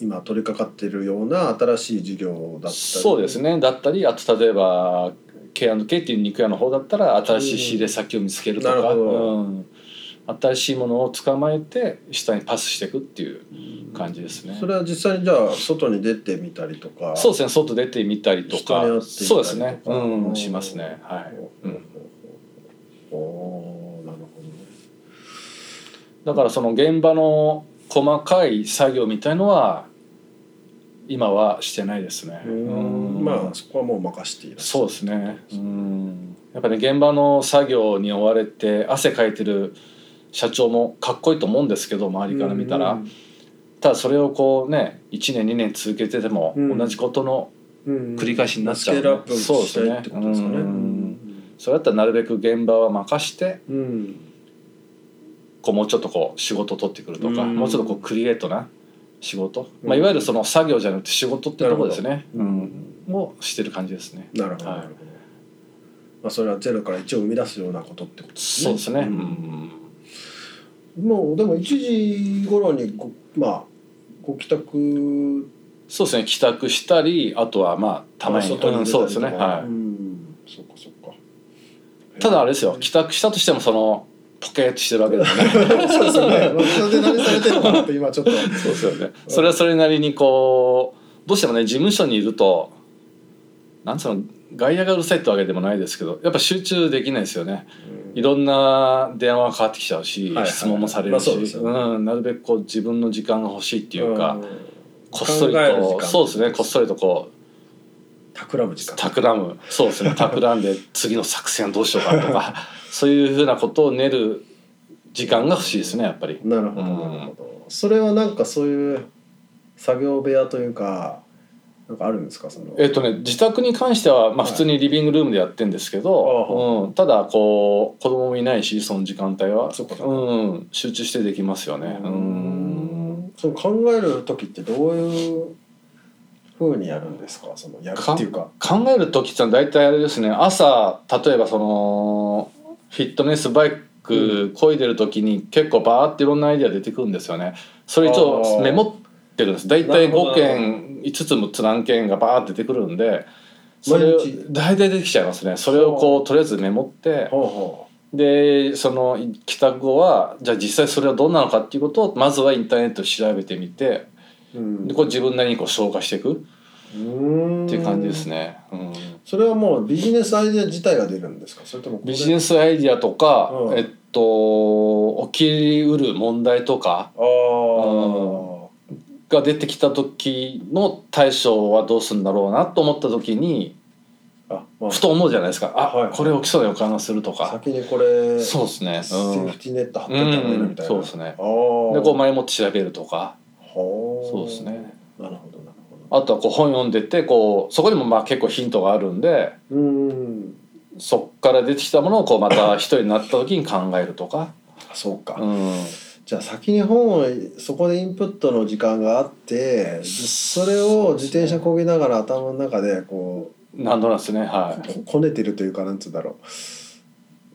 Speaker 1: 今取り掛かっているような新しい事業だったり
Speaker 3: そうですねだったりあと例えば K&K っていう肉屋の方だったら新しい仕入れ先を見つけると
Speaker 1: うんなる
Speaker 3: か、
Speaker 1: ほど
Speaker 3: うん新しいものを捕まえて下にパスしていくっていう感じですね。
Speaker 1: それは実際にじゃあ外に出てみたりとか
Speaker 3: そうですね外出てみたりと
Speaker 1: 人に会ってみたり
Speaker 3: か
Speaker 1: とか
Speaker 3: そうですね、う、
Speaker 1: うんん
Speaker 3: しますねはい。
Speaker 1: う
Speaker 3: うんん
Speaker 1: おーなるほどね
Speaker 3: だからその現場の細かい作業みたいのは今はしてないですね。うん
Speaker 1: まあそこはもう任していらっしゃ
Speaker 3: そ
Speaker 1: る
Speaker 3: うですね。うんやっぱり、ね、現場の作業に追われて汗かいてる社長もかっこいいと思うんですけど周りから見たら、ただそれをこうね1年2年続けてても
Speaker 1: うん
Speaker 3: 同じことの
Speaker 1: 繰
Speaker 3: 繰り返しになっちゃう
Speaker 1: スケールアップ
Speaker 3: そうで
Speaker 1: した
Speaker 3: すね
Speaker 1: いってことですかね
Speaker 3: うんそれだったらなるべく現場は任して
Speaker 1: うん
Speaker 3: こうもうちょっとこう仕事を取ってくるとか、
Speaker 1: うん
Speaker 3: もうちょっとこうクリエイトな仕事、
Speaker 1: うん
Speaker 3: まあ、いわゆるその作業じゃなくて仕事っていうところですね、
Speaker 1: なるほど
Speaker 3: うんをしてる感じですね。
Speaker 1: なるほど、
Speaker 3: はい
Speaker 1: なるほどまあ、それはゼロから1を生み出すようなことってこと
Speaker 3: そうですね、
Speaker 1: う
Speaker 3: うん
Speaker 1: んもうでも1時頃にごまあご帰宅
Speaker 3: そうですね帰宅したりあとはまあたまに
Speaker 1: 外に
Speaker 3: うん
Speaker 1: 出
Speaker 3: そう
Speaker 1: た
Speaker 3: で
Speaker 1: り
Speaker 3: す
Speaker 1: と
Speaker 3: ね、
Speaker 1: か
Speaker 3: は
Speaker 1: うんそっかそっか
Speaker 3: い、ただあ
Speaker 1: [LAUGHS]
Speaker 3: れですよ帰宅したとしてもそのポケーっとしてるわけですね
Speaker 1: そうですよね。まあそれで何されてるのかなって今
Speaker 3: [LAUGHS]
Speaker 1: ちょっと。
Speaker 3: そうですよねそれはそれなりにこうどうしてもね事務所にいるとなんその外野がうるさいってわけでもないですけどやっぱ集中できないですよねいろんな電話がかかってきちゃうし、
Speaker 1: はいはい
Speaker 3: 質問もされ
Speaker 1: まあ
Speaker 3: るし、
Speaker 1: そうですよね
Speaker 3: うん、なるべくこう自分の時間が欲しいっていうか、
Speaker 1: ん、
Speaker 3: こっそり
Speaker 1: 考える時
Speaker 3: と
Speaker 1: 間
Speaker 3: そうですねこっそりとこう
Speaker 1: 企む時間。
Speaker 3: 企むそうで
Speaker 1: [LAUGHS]
Speaker 3: すね企んで次の作戦どうしようかとかそういうふうなことを練る時間が欲しいですねやっぱり。
Speaker 1: なるほど、
Speaker 3: うん
Speaker 1: なるほど。それはなんかそういう作業部屋というか、なんかあるんですかその。
Speaker 3: えっとね、自宅に関しては、まあ、
Speaker 1: はい
Speaker 3: 普通にリビングルームでやってるんですけど、うん、ただこう子供もいないしその時間帯は
Speaker 1: そっかそっか
Speaker 3: うん、集中してできますよね。
Speaker 1: う
Speaker 3: うん
Speaker 1: ん。その考える時ってどういう風にやるんですかそのやるっていうか。
Speaker 3: 考える時ってのは大体あれですね朝例えばそのフィットネスバイク漕いでる時に結構バーっていろんなアイデア出てくるんですよねそれ一
Speaker 1: あ
Speaker 3: 応
Speaker 1: ー
Speaker 3: メモってるんです大
Speaker 1: なる
Speaker 3: 体
Speaker 1: ほど
Speaker 3: 5件5つ6つ何件がバーって出てくるんでそれを
Speaker 1: 毎日
Speaker 3: 大体できちゃいますねそれをこうとりあえずメモって
Speaker 1: ほうほ
Speaker 3: でその帰宅後はじゃあ実際それはどんなのかっていうことをまずはインターネットで調べてみて
Speaker 1: う。うん
Speaker 3: でこう自分なりにこう消化していくっ
Speaker 1: うん
Speaker 3: ていう感じです。ね。うん
Speaker 1: それはもうビジネスアイデア自体が出るんですかそれとも
Speaker 3: ビジ
Speaker 1: ス
Speaker 3: ネスアイディアとか、
Speaker 1: うん
Speaker 3: えっと起きうる問題とか
Speaker 1: ああ。
Speaker 3: が出てきた時の対処はどうするんだろうなと思った時に
Speaker 1: あ、まあ、
Speaker 3: ふと思うじゃないですかあ、
Speaker 1: はい
Speaker 3: これ起きそうな予感がするとか
Speaker 1: 先にこれ
Speaker 3: そうですね
Speaker 1: セーフティーネット貼ってたら
Speaker 3: う
Speaker 1: ね
Speaker 3: ん
Speaker 1: みたいな、
Speaker 3: そうですね
Speaker 1: あー
Speaker 3: でこう前もって調べるとか
Speaker 1: ほー
Speaker 3: そうですね
Speaker 1: なるほどなるほど
Speaker 3: あとはこう本読んでてこうそこにもまあ結構ヒントがあるんで
Speaker 1: うーん
Speaker 3: そっから出てきたものをこうまた一人になった時に考えるとか、
Speaker 1: あそうか、
Speaker 3: うん、
Speaker 1: じゃあ先に本をそこでインプットの時間があってでそれを自転車こぎながら頭の中でこ
Speaker 3: なんとなんですねは
Speaker 1: う
Speaker 3: い。
Speaker 1: ここねてるというかなんつうんだろ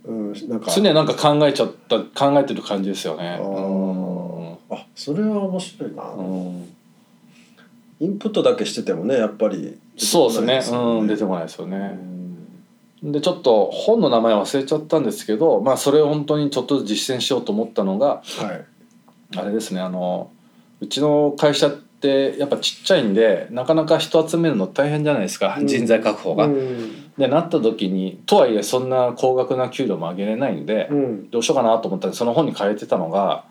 Speaker 1: う、うん、なんか
Speaker 3: 常になんか考えちゃった考えてる感じですよね
Speaker 1: あーあそれは面白いな、
Speaker 3: うんうん
Speaker 1: インプットだけしててもねやっぱり
Speaker 3: そうですねうん出て
Speaker 1: も
Speaker 3: こないですよね
Speaker 1: う、ん
Speaker 3: でちょっと本の名前忘れちゃったんですけどまあそれを本当にちょっとずつ実践しようと思ったのが
Speaker 1: はい
Speaker 3: あれですねあのうちの会社ってやっぱちっちゃいんでなかなか人集めるの大変じゃないですか、
Speaker 1: うん
Speaker 3: 人材確保が。
Speaker 1: うん
Speaker 3: でなった時にとはいえそんな高額な給料も上げれないんで、
Speaker 1: うん
Speaker 3: どうしようかなと思ったんでその本に書いてたのが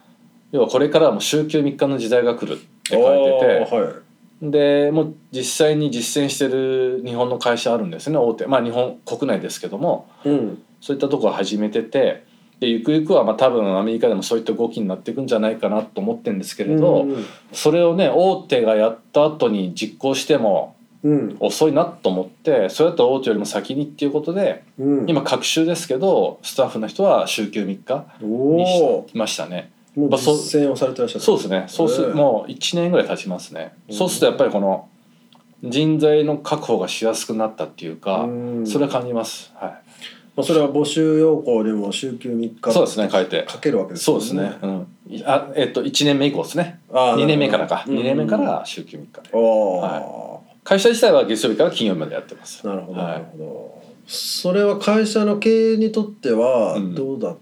Speaker 3: 要はこれからはもう週休3日の時代が来るって書いてて。
Speaker 1: あーはい
Speaker 3: でもう実際に実践してる日本の会社あるんですね大手まあ日本国内ですけども
Speaker 1: うん、
Speaker 3: そういったとこを始めててでゆくゆくはまあ多分アメリカでもそういった動きになっていくんじゃないかなと思ってるんですけれど、
Speaker 1: うん
Speaker 3: それをね大手がやった後に実行しても
Speaker 1: うん
Speaker 3: 遅いなと思ってそれだと大手よりも先にっていうことで
Speaker 1: うん、
Speaker 3: 今隔週ですけどスタッフの人は週休3日
Speaker 1: お
Speaker 3: にし
Speaker 1: お
Speaker 3: ましたね。
Speaker 1: ーもう
Speaker 3: まあそう
Speaker 1: 実践をされてらっしゃる
Speaker 3: そうですね。そうす
Speaker 1: ええ
Speaker 3: るもう1年ぐらい経ちますね。
Speaker 1: うん
Speaker 3: そうするとやっぱりこの人材の確保がしやすくなったっていうか、
Speaker 1: うん
Speaker 3: それは感じます。は
Speaker 1: まあ、それは募集要項でも週休3
Speaker 3: い。
Speaker 1: 日
Speaker 3: そうですね。書いて。
Speaker 1: かけるわけです
Speaker 3: そ
Speaker 1: よ
Speaker 3: うですね。うん。いあ、えっと1年目以降ですね。
Speaker 1: あー
Speaker 3: 2年目からか。
Speaker 1: なるほど
Speaker 3: 2年目か
Speaker 1: うん
Speaker 3: ら週休3日で。
Speaker 1: おー
Speaker 3: 会社自体は月曜日から金曜日までやってます。
Speaker 1: なるほど、
Speaker 3: はい
Speaker 1: なるほどそれは会社の経営にとっては
Speaker 3: うん
Speaker 1: どうだっ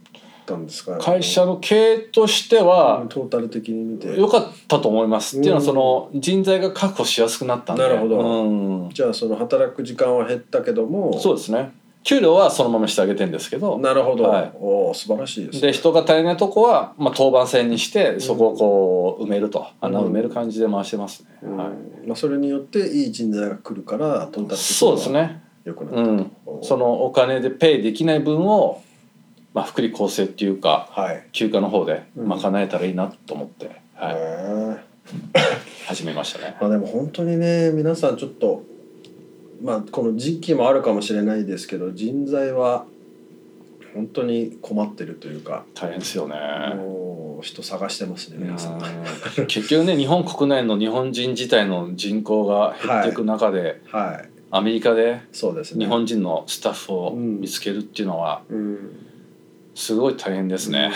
Speaker 1: たんですか、
Speaker 3: 会社の経営として
Speaker 1: う
Speaker 3: は
Speaker 1: んトータル的に見て
Speaker 3: 良かったと思います。っていうのは
Speaker 1: うん
Speaker 3: その人材が確保しやすくなったんで。
Speaker 1: なるほど
Speaker 3: うん。
Speaker 1: じゃあその働く時間は減ったけども
Speaker 3: そうですね。給料はそのまましてあげてるんですけど。
Speaker 1: なるほど、
Speaker 3: はい
Speaker 1: おー素晴らしいですね
Speaker 3: で人が足りないとこは、まあ、当番制にしてそこをこう埋めると、穴
Speaker 1: う
Speaker 3: を
Speaker 1: ん
Speaker 3: 埋める感じで回してますね、
Speaker 1: うん
Speaker 3: はい
Speaker 1: まあ、それによっていい人材が来るからトータル的には
Speaker 3: そうですね
Speaker 1: 良くなった
Speaker 3: う
Speaker 1: と、
Speaker 3: んそのお金でペイできない分を、まあ、福利厚生っていうか
Speaker 1: はい、
Speaker 3: 休暇の方で
Speaker 1: うん
Speaker 3: 賄えたらいいなと思って、は
Speaker 1: へ
Speaker 3: い、
Speaker 1: ー
Speaker 3: 始めましたね
Speaker 1: まあでも本当にね皆さんちょっとまあこの時期もあるかもしれないですけど人材は本当に困ってるというか、
Speaker 3: 大変ですよね。
Speaker 1: もう人探してますね
Speaker 3: いや
Speaker 1: 皆さん。はい
Speaker 3: ー結局ね日本国内の日本人自体の人口が減っていく中で、アメリカで
Speaker 1: そうですね。
Speaker 3: 日本人のスタッフを
Speaker 1: うん
Speaker 3: 見つけるっていうのは
Speaker 1: うん
Speaker 3: すごい大変ですね。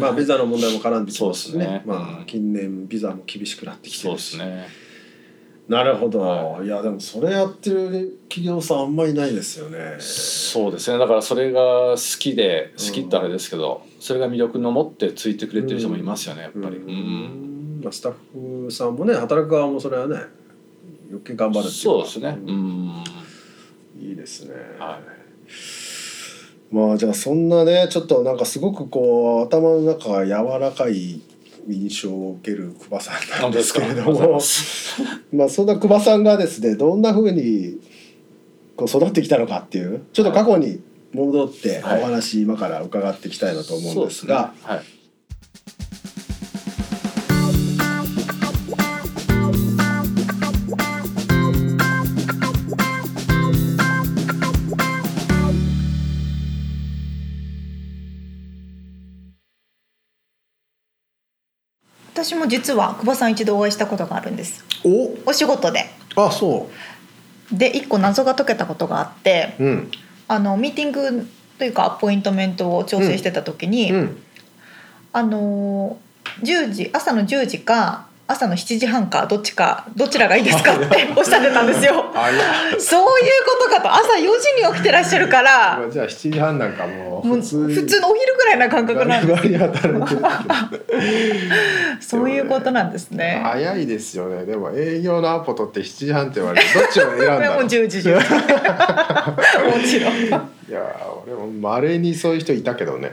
Speaker 1: まあビザの問題も絡んできますし
Speaker 3: そうです
Speaker 1: ね
Speaker 3: ね。
Speaker 1: まあ近年ビザも厳しくなってきて
Speaker 3: そう
Speaker 1: る
Speaker 3: で
Speaker 1: し
Speaker 3: すね。
Speaker 1: なるほど、、
Speaker 3: はい
Speaker 1: やでもそれやってる企業さんあんまりいないですよね。
Speaker 3: そうですねだからそれが好きで好きってあれですけど、それが魅力の持ってついてくれてる人もいますよねやっぱり、
Speaker 1: う
Speaker 3: うん
Speaker 1: んまあ、スタッフさんもね働く側もそれはね余計頑張るっていうか
Speaker 3: そうですねうん、
Speaker 1: いいですね、
Speaker 3: は
Speaker 1: まあじゃあそんなねちょっとなんかすごくこう頭の中が柔らかい印象を受ける久保さん [LAUGHS] なん
Speaker 3: [LAUGHS]
Speaker 1: ですけれど
Speaker 3: ありがとうござい
Speaker 1: も
Speaker 3: ま
Speaker 1: まあそんな久保さんがですねどんなふうにこう育ってきたのかっていうちょっと過去に戻ってお
Speaker 3: はい
Speaker 1: 話今から伺っていきたいなと思うんですが、
Speaker 3: そうですねはい
Speaker 2: 私も実は久保さん一度お会いしたことがあるんですお仕事で
Speaker 1: おあそ
Speaker 2: で一個謎が解けたことがあって
Speaker 1: ううん
Speaker 2: あのミーティングというかアポイントメントを調整してた時に、
Speaker 1: うん
Speaker 2: あのー10時朝の10時か朝の7時半かどっちかどちらがいいですかっておっしゃってたんですよ。
Speaker 4: あいや
Speaker 2: そういうことかと朝4時に起きてらっしゃるから
Speaker 4: じゃあ7時半なんかもう
Speaker 2: もう
Speaker 4: 普通に
Speaker 2: 普通のお昼ぐらいな感覚
Speaker 4: バ
Speaker 2: なん
Speaker 4: リ
Speaker 2: で
Speaker 4: バリ働いてる
Speaker 2: すそういうことなんですね。
Speaker 4: 早いですよねでも営業のアポ取って7時半って言われてどっちを
Speaker 2: [LAUGHS]
Speaker 4: 選ん
Speaker 2: これ
Speaker 4: だ
Speaker 2: はもう
Speaker 4: の
Speaker 2: 10時10時も
Speaker 4: [LAUGHS]
Speaker 2: ちろん
Speaker 4: いや俺もまれにそういう人いたけ
Speaker 2: [LAUGHS]
Speaker 4: どね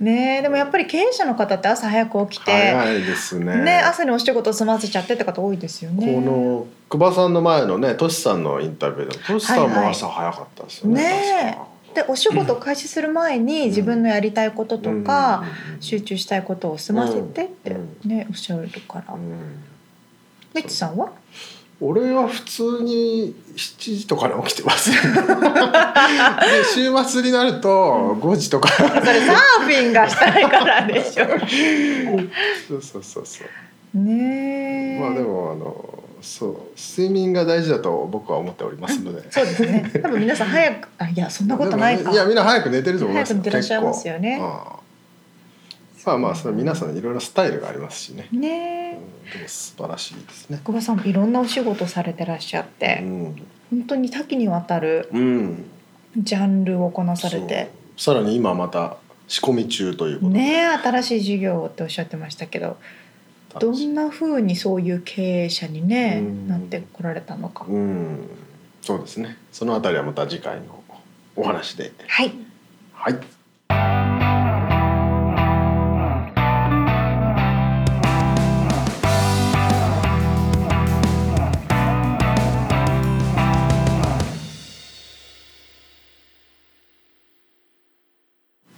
Speaker 2: ねえでもやっぱり経営者の方って朝早く起きて、
Speaker 4: 早いですね
Speaker 2: ね、朝にお仕事済ませちゃってって方多いですよ
Speaker 4: こ
Speaker 2: ね。
Speaker 4: の久保さんの前のねトシさんのインタビューでもトシさんも朝早かったですよね,、
Speaker 2: はいはい
Speaker 4: 確か
Speaker 2: でお仕事開始する前に自分のやりたいこととか、
Speaker 4: うん
Speaker 2: 集中したいことを済ませてって
Speaker 4: うん
Speaker 2: ね、おっしゃるから
Speaker 4: うんうん
Speaker 2: レッチさんは
Speaker 4: 俺は普通に7時とかに起き
Speaker 2: [LAUGHS]
Speaker 4: てます、ね、で週末になると5時とか
Speaker 2: それサーフィンがしたいからで
Speaker 4: [LAUGHS]
Speaker 2: しょ
Speaker 4: そうそうそうそう
Speaker 2: ねえ
Speaker 4: まあでもあのそう睡眠が大事だと僕は思っておりますので。
Speaker 2: [LAUGHS] そうですね多分皆さん早くあいやそんなことない
Speaker 4: で
Speaker 2: か
Speaker 4: もいやみんな早く寝てると思いますよ。
Speaker 2: 早く寝てらっしゃいますよね
Speaker 4: 結構うんまあまあそれは皆さんいろいろスタイルがありますしね。
Speaker 2: ね
Speaker 4: う
Speaker 2: え
Speaker 4: んでも素晴らしいですね。
Speaker 2: 久保さんもいろんなお仕事されてらっしゃっ
Speaker 4: う
Speaker 2: て、
Speaker 4: ん。
Speaker 2: 本当に多岐にわたる
Speaker 4: うん。
Speaker 2: ジャンルをこなされて
Speaker 4: そう。さらに今また仕込み中ということで。
Speaker 2: ねえ新しい事業をっておっしゃってましたけどど
Speaker 4: 楽しい
Speaker 2: んな風にそういう経営者にね
Speaker 4: うん
Speaker 2: なってこられたのか、
Speaker 4: うん。そうですね。そのあたりはまた次回のお話で。
Speaker 2: はい
Speaker 4: はい。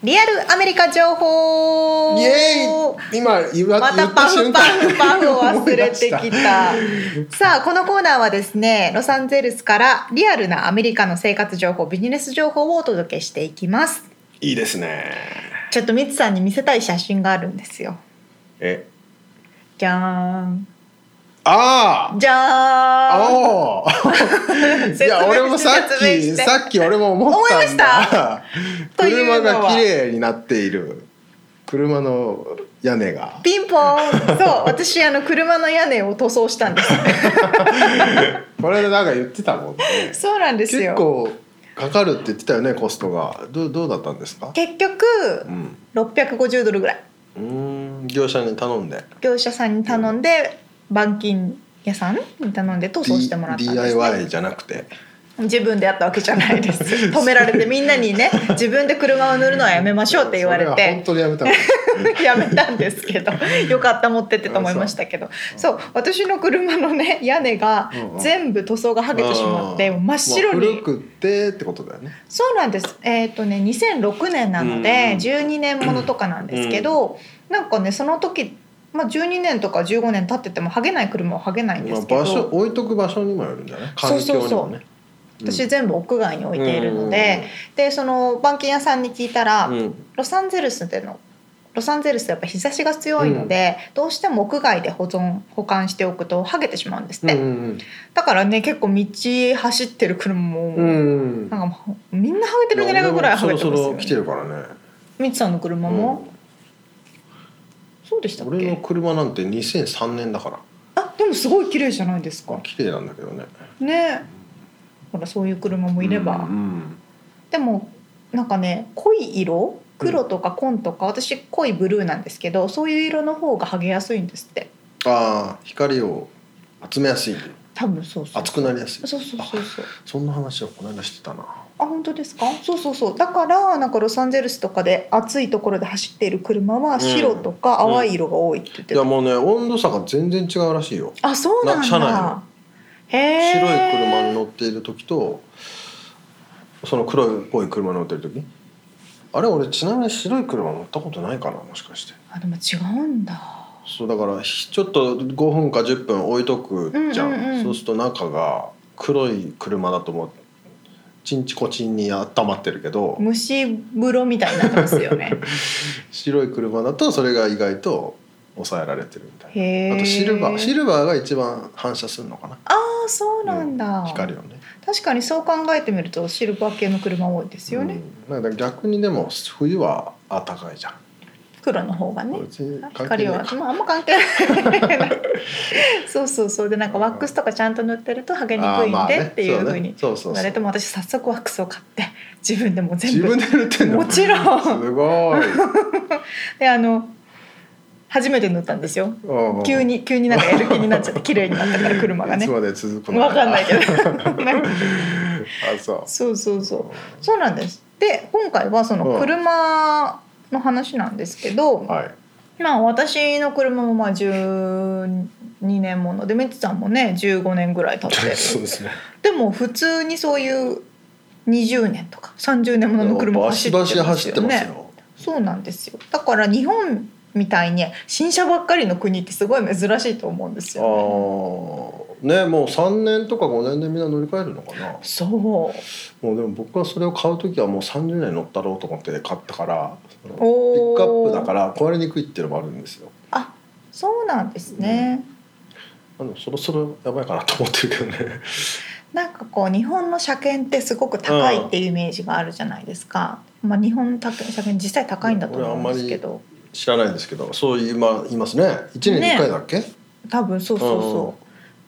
Speaker 2: リアルアメリカ情報
Speaker 4: イエーイ今言わ
Speaker 2: ま
Speaker 4: 言
Speaker 2: た
Speaker 4: った
Speaker 2: パフ
Speaker 4: 瞬
Speaker 2: パ
Speaker 4: 間
Speaker 2: フパフを忘れて
Speaker 4: 思
Speaker 2: き
Speaker 4: い出した [LAUGHS]
Speaker 2: さあこのコーナーはですねロサンゼルスからリアルなアメリカの生活情報ビジネス情報をお届けしていきます
Speaker 4: いいですね。
Speaker 2: ちょっとミツさんに見せたい写真があるんですよ
Speaker 4: え、
Speaker 2: じゃーん
Speaker 4: あ
Speaker 2: じゃ
Speaker 4: あ、
Speaker 2: ーん
Speaker 4: ああ。い
Speaker 2: [LAUGHS] 説明して
Speaker 4: や、俺もさっ
Speaker 2: 説明し
Speaker 4: き、
Speaker 2: て
Speaker 4: さっき俺も思ったんだ。
Speaker 2: 思いましたという
Speaker 4: 車
Speaker 2: のは
Speaker 4: が綺麗になっている。車の屋根が。
Speaker 2: ピンポーンそう私あの車の屋根を塗装したんです
Speaker 4: これでなんか言ってたもんね。
Speaker 2: [LAUGHS] そうなんです
Speaker 4: 結
Speaker 2: よ
Speaker 4: 構かかるって言ってたよね、コストが。どう、どうだったんですか。
Speaker 2: 結局
Speaker 4: うん。
Speaker 2: 650ドルぐらいう
Speaker 4: ーん、業者に頼んで。
Speaker 2: 業者さんに頼んで板金屋さんに頼んで塗装してもらったん
Speaker 4: D.
Speaker 2: です、ね、
Speaker 4: I. Y. じゃなくて。
Speaker 2: 自分でやったわけじゃない [LAUGHS] です止められてみんなにね自分で車を塗るのはやめましょうって言われ
Speaker 4: そは本
Speaker 2: て
Speaker 4: 当にやめたの。
Speaker 2: [LAUGHS] やめたんですけどよかった持ってってと思いましたけどそう私の車のね屋根が
Speaker 4: うんうん
Speaker 2: 全部塗装が剥げてしまって
Speaker 4: あー
Speaker 2: 真っ白
Speaker 4: もう古
Speaker 2: に
Speaker 4: くてってことだよね。
Speaker 2: そうなんですえっ、とね2006年なの
Speaker 4: うんう
Speaker 2: で
Speaker 4: ん
Speaker 2: 12年ものとかなんですけどなんかねその時まあ12年とか15年経ってても剥げない車は剥げないんで
Speaker 4: まあ、
Speaker 2: すけど
Speaker 4: 場所置いとく場所にもよるんじゃない
Speaker 2: そう
Speaker 4: 環境にも
Speaker 2: そ
Speaker 4: ね
Speaker 2: うそう私全部屋外に置いているので、でその板金屋さんに聞いたら、
Speaker 4: うん
Speaker 2: ロサンゼルスでのロサンゼルスやっぱ日差しが強いので、どうしても屋外で保存保管しておくと剥げてしまうんですっ
Speaker 4: うんう
Speaker 2: て、
Speaker 4: ん
Speaker 2: だからね結構道走ってる車も、
Speaker 4: うん
Speaker 2: なんかもうみんな剥げてるんじゃないかぐらい剥
Speaker 4: そ
Speaker 2: げ
Speaker 4: ろ
Speaker 2: て
Speaker 4: そ
Speaker 2: ます
Speaker 4: ろ
Speaker 2: よ
Speaker 4: 来
Speaker 2: ね
Speaker 4: てるからね
Speaker 2: みつさんの車も、そうでしたっ
Speaker 4: 俺の
Speaker 2: け
Speaker 4: 車なんて2003年だから
Speaker 2: あでもすごい綺麗じゃないですか
Speaker 4: 綺麗なんだけどね
Speaker 2: ねほらそういう車もいれば、
Speaker 4: うん
Speaker 2: でもなんかね濃い色黒とか紺とか、私濃いブルーなんですけどそういう色の方が剥げやすいんですって
Speaker 4: ああ光を集めやすい
Speaker 2: 多分そうそう
Speaker 4: 熱くなりやすい
Speaker 2: そうそうそうそう
Speaker 4: そんな話をこの間してたな
Speaker 2: あ本当ですかそうそうそうだからなんかロサンゼルスとかで暑いところで走っている車は白とか
Speaker 4: うん
Speaker 2: 淡い色が多いって言って
Speaker 4: い
Speaker 2: た、
Speaker 4: やもうね温度差が全然違うらしいよ
Speaker 2: あそうなんだ
Speaker 4: な車内の
Speaker 2: へ
Speaker 4: 白
Speaker 2: え
Speaker 4: い車に乗っている時とその黒いっぽい車に乗ってる時あれ俺ちなみに白い車乗ったことないかなもしかして
Speaker 2: あでも違うんだ
Speaker 4: そうだからひちょっと5分か10分置いとくじゃ
Speaker 2: う
Speaker 4: ん,、
Speaker 2: んうんうん
Speaker 4: そうすると中が黒い車だともうチンチコチンに温まってるけど
Speaker 2: 蒸し風呂みたいになってますよね
Speaker 4: 白い車だとそれが意外と抑えられてるみたい
Speaker 2: へえ
Speaker 4: な [LAUGHS] あとシルバーシルバーが一番反射するのかな
Speaker 2: ああそうなんだ、
Speaker 4: 光をね
Speaker 2: 確かにそう考えてみるとシルバー系の車多いですよね、
Speaker 4: うん、なんか逆にでも冬は暖かいじゃん
Speaker 2: 黒の方がね
Speaker 4: 別に関係
Speaker 2: 光
Speaker 4: ない
Speaker 2: は
Speaker 4: か
Speaker 2: まああんま関係ない [LAUGHS] そうそうそうでなんかワックスとかちゃんと塗ってると剥げに
Speaker 4: あ
Speaker 2: く
Speaker 4: ーま
Speaker 2: いん
Speaker 4: あ
Speaker 2: で
Speaker 4: ね
Speaker 2: っていうふうに
Speaker 4: そうねそうそうそう
Speaker 2: 言われても私早速ワックスを買って自分でもう全
Speaker 4: 自
Speaker 2: 部
Speaker 4: 分で塗ってんの
Speaker 2: もちろん
Speaker 4: すごい
Speaker 2: であの初めて塗ったんですよ
Speaker 4: うんうん
Speaker 2: [LAUGHS] 急に急になんかやる気になっちゃって綺麗になったから車が
Speaker 4: い
Speaker 2: ね
Speaker 4: つ
Speaker 2: わ
Speaker 4: まで続くの
Speaker 2: かんない
Speaker 4: [LAUGHS]
Speaker 2: けど
Speaker 4: あそう
Speaker 2: そうそうそうそうなんですで今回はその車の話なんですけど、
Speaker 4: はい
Speaker 2: まあ私の車もまあ12年ものでみつさんもね15年ぐらい経って
Speaker 4: そうで
Speaker 2: る
Speaker 4: すね
Speaker 2: でも普通にそういう20年とか30年ものの [LAUGHS] 車
Speaker 4: バ
Speaker 2: 走
Speaker 4: シ
Speaker 2: ってま
Speaker 4: バ
Speaker 2: す
Speaker 4: シ
Speaker 2: よね
Speaker 4: 走ってますよ
Speaker 2: そうなんですよだから日本みたいに新車ばっかりの国ってすごい珍しいと思うんです
Speaker 4: あ
Speaker 2: よね
Speaker 4: ーねもう3年とか5年でみんな乗り換えるのかな
Speaker 2: そう
Speaker 4: もうでも僕はそれを買う時はもう30年乗ったろうと思って買ったからそのピ
Speaker 2: お
Speaker 4: ッ
Speaker 2: ー
Speaker 4: クアップだから壊れにくいっていうのもあるんですよ
Speaker 2: あそうなんですね、
Speaker 4: あでもそろそろやばいかなと思ってるけどね [LAUGHS]
Speaker 2: なんかこう日本の車検ってすごく高いっていうイメージがあるじゃないですか、まあ日本の車検実際高いんだと思うんですけど
Speaker 4: 知らないんですけどそう言いま言いますね1年に1回だっけ、
Speaker 2: 多分そうそうそう。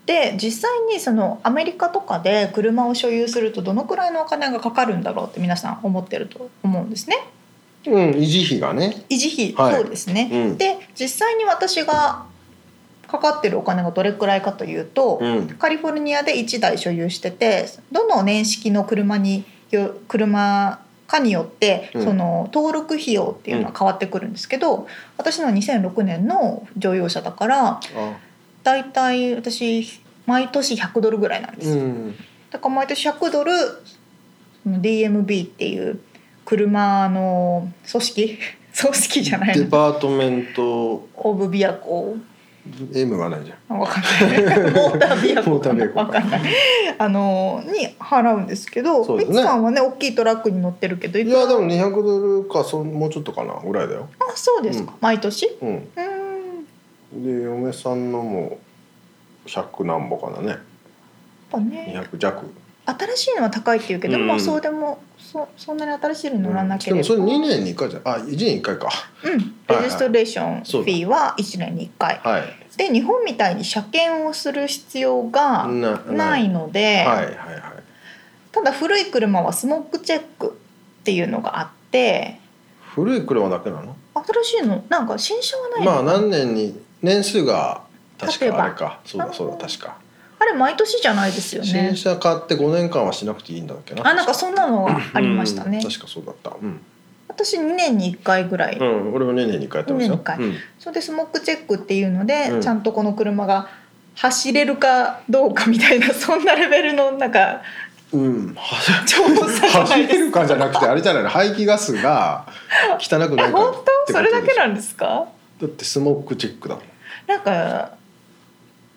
Speaker 2: で実際にそのアメリカとかで車を所有するとどのくらいのお金がかかるんだろうって皆さん思ってると思うんですね。
Speaker 4: うん維持費がね
Speaker 2: 維持費、
Speaker 4: はい
Speaker 2: そうですね、
Speaker 4: うん
Speaker 2: で実際に私がかかってるお金がどれくらいかというと、
Speaker 4: うん
Speaker 2: カリフォルニアで1台所有しててどの年式の車によ車かによって
Speaker 4: うん
Speaker 2: その登録費用っていうのは変わってくるんですけど、私の2006年の乗用車だから
Speaker 4: あ
Speaker 2: だいたい私毎年100ドルぐらいなんです、
Speaker 4: うん
Speaker 2: だから毎年100ドルその DMB っていう車の組織 [LAUGHS] 組織じゃない
Speaker 4: デ
Speaker 2: の
Speaker 4: パートメント
Speaker 2: オブビアコ
Speaker 4: M がないじゃん
Speaker 2: わかんないモータービアコ
Speaker 4: モータービアコ
Speaker 2: わかんないあのに払うんですけど
Speaker 4: そう
Speaker 2: ミ
Speaker 4: で
Speaker 2: ツ、
Speaker 4: すね
Speaker 2: さんはね大きいトラックに乗ってるけどい
Speaker 4: い
Speaker 2: くら
Speaker 4: やでも200ドルかそんもうちょっとかなぐらいだよ
Speaker 2: あそうですか、毎年う
Speaker 4: うん
Speaker 2: ーんやっ
Speaker 4: で嫁さんのも100何歩かなね
Speaker 2: ぱね
Speaker 4: 200弱
Speaker 2: 新しいのは高いっていうけど、
Speaker 4: うん
Speaker 2: まあそうでもそそんなに新しいの乗らなければ、
Speaker 4: でもそれ2年に1回じゃんあ1年に1回か
Speaker 2: うん、
Speaker 4: はい
Speaker 2: レジストレーションフィーは1年に1回、
Speaker 4: はい
Speaker 2: で日本みたいに車検をする必要が
Speaker 4: な
Speaker 2: ないので、
Speaker 4: はいはいはい
Speaker 2: ただ古い車はスモックチェックっていうのがあって
Speaker 4: 古い車だけなの
Speaker 2: 新しいのなんか新車はないの
Speaker 4: まあ何年に年数が確
Speaker 2: 例えば
Speaker 4: かあれかそうだそうだ確か、
Speaker 2: あれ毎年じゃないですよね
Speaker 4: 新車買って5年間はしなくていいんだっけな
Speaker 2: あなんかそんなのがありましたね
Speaker 4: うん確かそうだったうん、
Speaker 2: 私2年に1回ぐらい、
Speaker 4: うん、俺も2年に1回やってますよ
Speaker 2: 二年
Speaker 4: うん
Speaker 2: それでスモックチェックっていうので、
Speaker 4: うん
Speaker 2: ちゃんとこの車が走れるかどうかみたいなそんなレベルのなん
Speaker 4: [LAUGHS]
Speaker 2: か
Speaker 4: うん、走
Speaker 2: 調査じゃない
Speaker 4: 走
Speaker 2: です
Speaker 4: れるかじゃなくてあれじゃないの排気ガスが汚くないか
Speaker 2: 本当それだけなんですか
Speaker 4: だってスモークチェックだもん
Speaker 2: なんか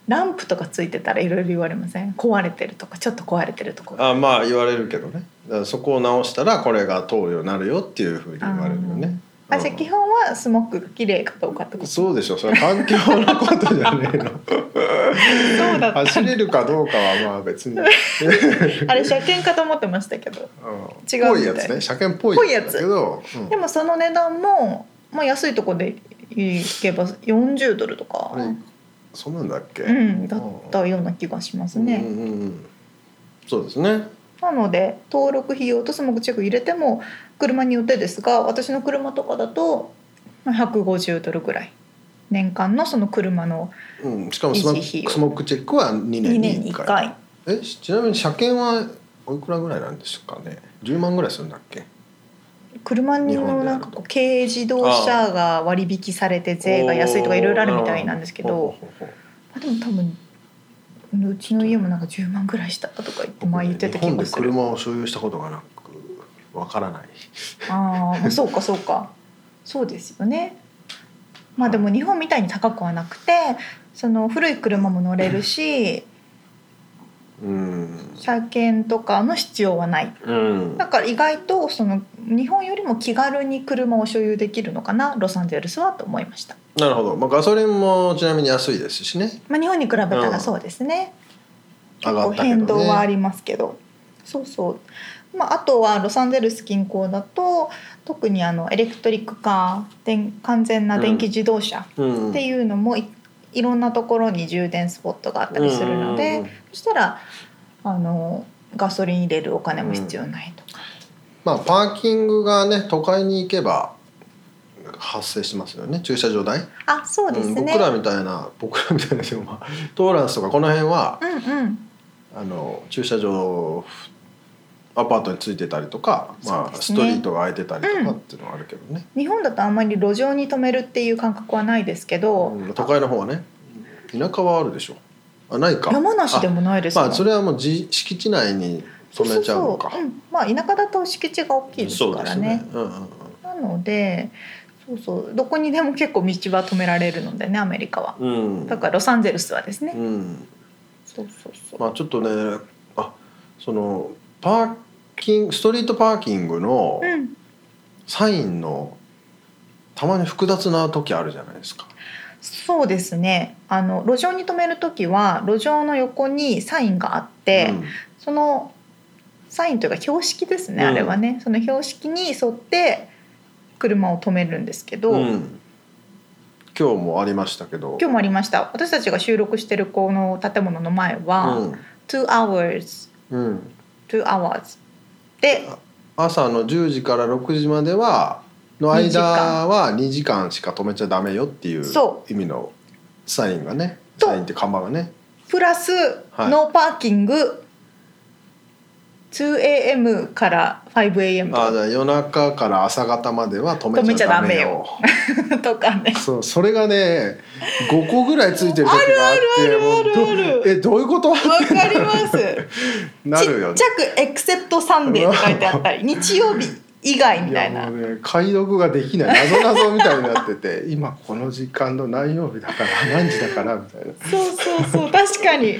Speaker 2: ランプとかついてたらいろいろ言われません壊れてるとかちょっと壊れてるとか
Speaker 4: あまあ言われるけどねだからそこを直したらこれが通るようになるよっていうふうに言われるよね
Speaker 2: あじゃあ基本はスモッグが綺麗かどうかってこと
Speaker 4: そうでしょそれは環境のことじゃねえ
Speaker 2: [LAUGHS]
Speaker 4: の
Speaker 2: そうだった
Speaker 4: 走れるかどうかはま
Speaker 2: [LAUGHS]
Speaker 4: あ別に、うん、
Speaker 2: あれ車検かと思ってましたけど違う
Speaker 4: ぽいやつね車検っぽいやつだけど、うん
Speaker 2: でもその値段も、まあ、安いとこで行けば40ドルとか
Speaker 4: あれそうなんだっけ、
Speaker 2: うん、だったような気がしますね、
Speaker 4: うんうんうん、そうですね
Speaker 2: なので登録費用とスモッグチェック入れても車によってですが私の車とかだとまあ150ドルぐらい年間のその車の
Speaker 4: うん、しかもスモ
Speaker 2: 維持費用
Speaker 4: ックスモックチェックは2
Speaker 2: 2
Speaker 4: 年
Speaker 2: 年
Speaker 4: に
Speaker 2: に
Speaker 4: 1
Speaker 2: 1
Speaker 4: 回
Speaker 2: 回
Speaker 4: えしちなみに車検はおいくらぐらいなんですかね10万ぐらいするんだっけ
Speaker 2: 車のなんかこう軽自動車が割引されて税が安いとかいろいろあるみたいなんですけど
Speaker 4: ほうほうほう
Speaker 2: まあでも多分うちの家もなんか10万ぐらいしたとか言って前言ってた
Speaker 4: 日
Speaker 2: 気
Speaker 4: 本
Speaker 2: が
Speaker 4: です
Speaker 2: る
Speaker 4: 車を所有したことがなくわからない
Speaker 2: あ [LAUGHS] ーまあそうかそうかそうですよねまあでも日本みたいに高くはなくてその古い車も乗れるし
Speaker 4: うん
Speaker 2: 車検とかの必要はない
Speaker 4: うん
Speaker 2: だから意外とその日本よりも気軽に車を所有できるのかなロサンゼルスはと思いました、
Speaker 4: なるほど、まあ、ガソリンもちなみに安いですしね
Speaker 2: まあ、日本に比べたらそうですね、
Speaker 4: 上
Speaker 2: 結
Speaker 4: が
Speaker 2: 構
Speaker 4: ったけどね
Speaker 2: 変動はありますけどそうそう、まあ、あとはロサンゼルス近郊だと特にあのエレクトリックカー電完全な電気自動車
Speaker 4: うん
Speaker 2: っていうのもいいろんなところに充電スポットがあったりするので、
Speaker 4: うん
Speaker 2: そしたらあのガソリン入れるお金も必要ないとか、
Speaker 4: まあパーキングがね都会に行けば発生しますよね駐車場代
Speaker 2: あそうです
Speaker 4: うん
Speaker 2: ね、
Speaker 4: 僕らみたいな僕らみたいなでもまあトーランスとかこの辺は
Speaker 2: うんうん
Speaker 4: あの駐車場アパートについてたりとか、
Speaker 2: そう
Speaker 4: まあ、
Speaker 2: です
Speaker 4: ス
Speaker 2: ね
Speaker 4: トリートが空いてたりとかっていうのはあるけどね、
Speaker 2: 日本だとあんまり路上に止めるっていう感覚はないですけど、
Speaker 4: うん都会の方はね田舎はあるでしょあないか
Speaker 2: 山梨で
Speaker 4: も
Speaker 2: もないですよ
Speaker 4: まあそれはもうじ敷地内に止めちゃうのか
Speaker 2: そうそうそう、うん、まあ田舎だと敷地が大きいですからね
Speaker 4: そうですうんうんうん
Speaker 2: なのでそうそうどこにでも結構道は止められるのでねアメリカは
Speaker 4: うん
Speaker 2: だからロサンゼルスはですね、
Speaker 4: うん、
Speaker 2: そうそうそう、
Speaker 4: まあちょっとねあそのパーキングストリートパーキングの
Speaker 2: うん
Speaker 4: サインのたまに複雑な時あるじゃないですか。
Speaker 2: そうですねあの路上に止める時は路上の横にサインがあって、
Speaker 4: うん
Speaker 2: そのサインというか標識ですね、
Speaker 4: うん
Speaker 2: あれはねその標識に沿って車を止めるんですけど、
Speaker 4: うん今日もありましたけど
Speaker 2: 今日もありました私たちが収録してるこの建物の前は「2 hours」
Speaker 4: うんうん、
Speaker 2: 「2 hours」で
Speaker 4: 朝の10時から6時まではの間は2時間しか止めちゃダメよっていう
Speaker 2: そ
Speaker 4: 意味のサインがね
Speaker 2: と
Speaker 4: サインって看板がね
Speaker 2: プラス
Speaker 4: はい
Speaker 2: ノーパーキング 2am から 5am
Speaker 4: あ
Speaker 2: と
Speaker 4: じゃあ夜中から朝方までは止めちゃダメよ。
Speaker 2: か [LAUGHS] とかね
Speaker 4: そうそれがね5個ぐらいついてる時があって
Speaker 2: あるあるあるある
Speaker 4: もうどえどういうこと
Speaker 2: わかります
Speaker 4: なるよね
Speaker 2: ちっちゃく「エクセプトサンデー」って書いてあった
Speaker 4: [LAUGHS]
Speaker 2: り日曜日以外みたい
Speaker 4: いや
Speaker 2: な
Speaker 4: もうね解読ができない謎謎みたいになってて [LAUGHS] 今この時間の何曜日だから何時だからみたいな
Speaker 2: そうそうそう確かに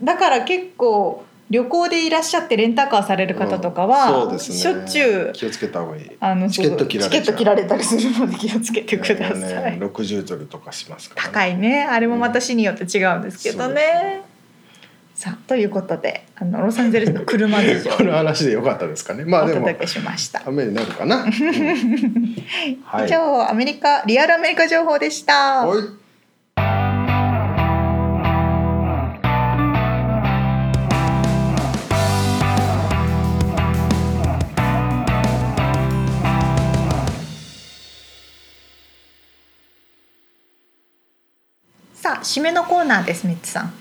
Speaker 2: だから結構旅行でいらっしゃってレンタカーされる方とかは、
Speaker 4: うんそうですね
Speaker 2: しょっちゅう
Speaker 4: 気をつけた方がいい
Speaker 2: あの
Speaker 4: チケット切られちゃう
Speaker 2: チケット切られたりするので気をつけてください、
Speaker 4: ね60ドルとかしますから、
Speaker 2: 高いねあれもまた市によって違うんですけど
Speaker 4: うんそう
Speaker 2: ね、さあということであのロサンゼルスの車事情
Speaker 4: [LAUGHS] この話でよかったですかねまあ
Speaker 2: お
Speaker 4: でも
Speaker 2: 届けしました、
Speaker 4: ためになる
Speaker 2: [LAUGHS]
Speaker 4: かな、うんは
Speaker 2: 以
Speaker 4: い
Speaker 2: 上アメリカリアルアメリカ情報でした
Speaker 4: はい
Speaker 2: さあ締めのコーナーですミッツさん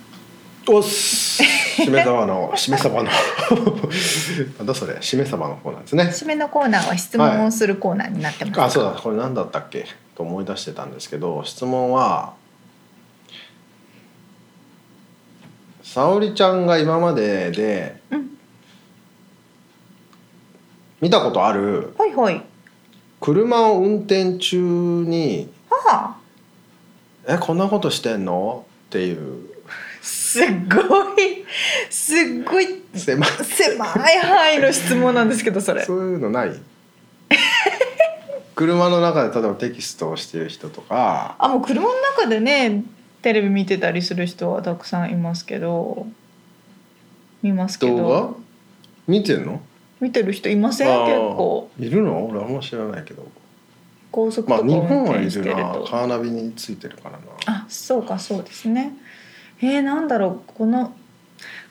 Speaker 4: お
Speaker 2: [LAUGHS]
Speaker 4: っすしめ鯖のしめ鯖の [LAUGHS] なんだそれしめ鯖の方なんですね
Speaker 2: 締めのコーナーは質問をするコーナーになってます、
Speaker 4: あそうだこれ何だったっけと思い出してたんですけど質問は沙織ちゃんが今までで
Speaker 2: うん
Speaker 4: 見たことある
Speaker 2: ほいほい
Speaker 4: 車を運転中に
Speaker 2: はあ
Speaker 4: 「えこんなことしてんの?」っていう
Speaker 2: すっごいすっごい
Speaker 4: 狭い
Speaker 2: 狭い範囲の質問なんですけどそれ
Speaker 4: そういうの
Speaker 2: [LAUGHS]
Speaker 4: ない車の中で例えばテキストをしてる人とか
Speaker 2: あもう車の中でねテレビ見てたりする人はたくさんいますけど見ますけど
Speaker 4: 動画見てんの
Speaker 2: 見てる人いません
Speaker 3: あー
Speaker 2: 結構
Speaker 4: いるの俺あんま知らないけど
Speaker 2: 高速と
Speaker 4: まあ
Speaker 2: か
Speaker 4: 日本
Speaker 2: 運
Speaker 4: はい
Speaker 2: 転し
Speaker 4: る
Speaker 2: て
Speaker 4: な
Speaker 2: ると、
Speaker 4: カーナビについてるからな
Speaker 2: あそうかそうですねえー、なんだろうこの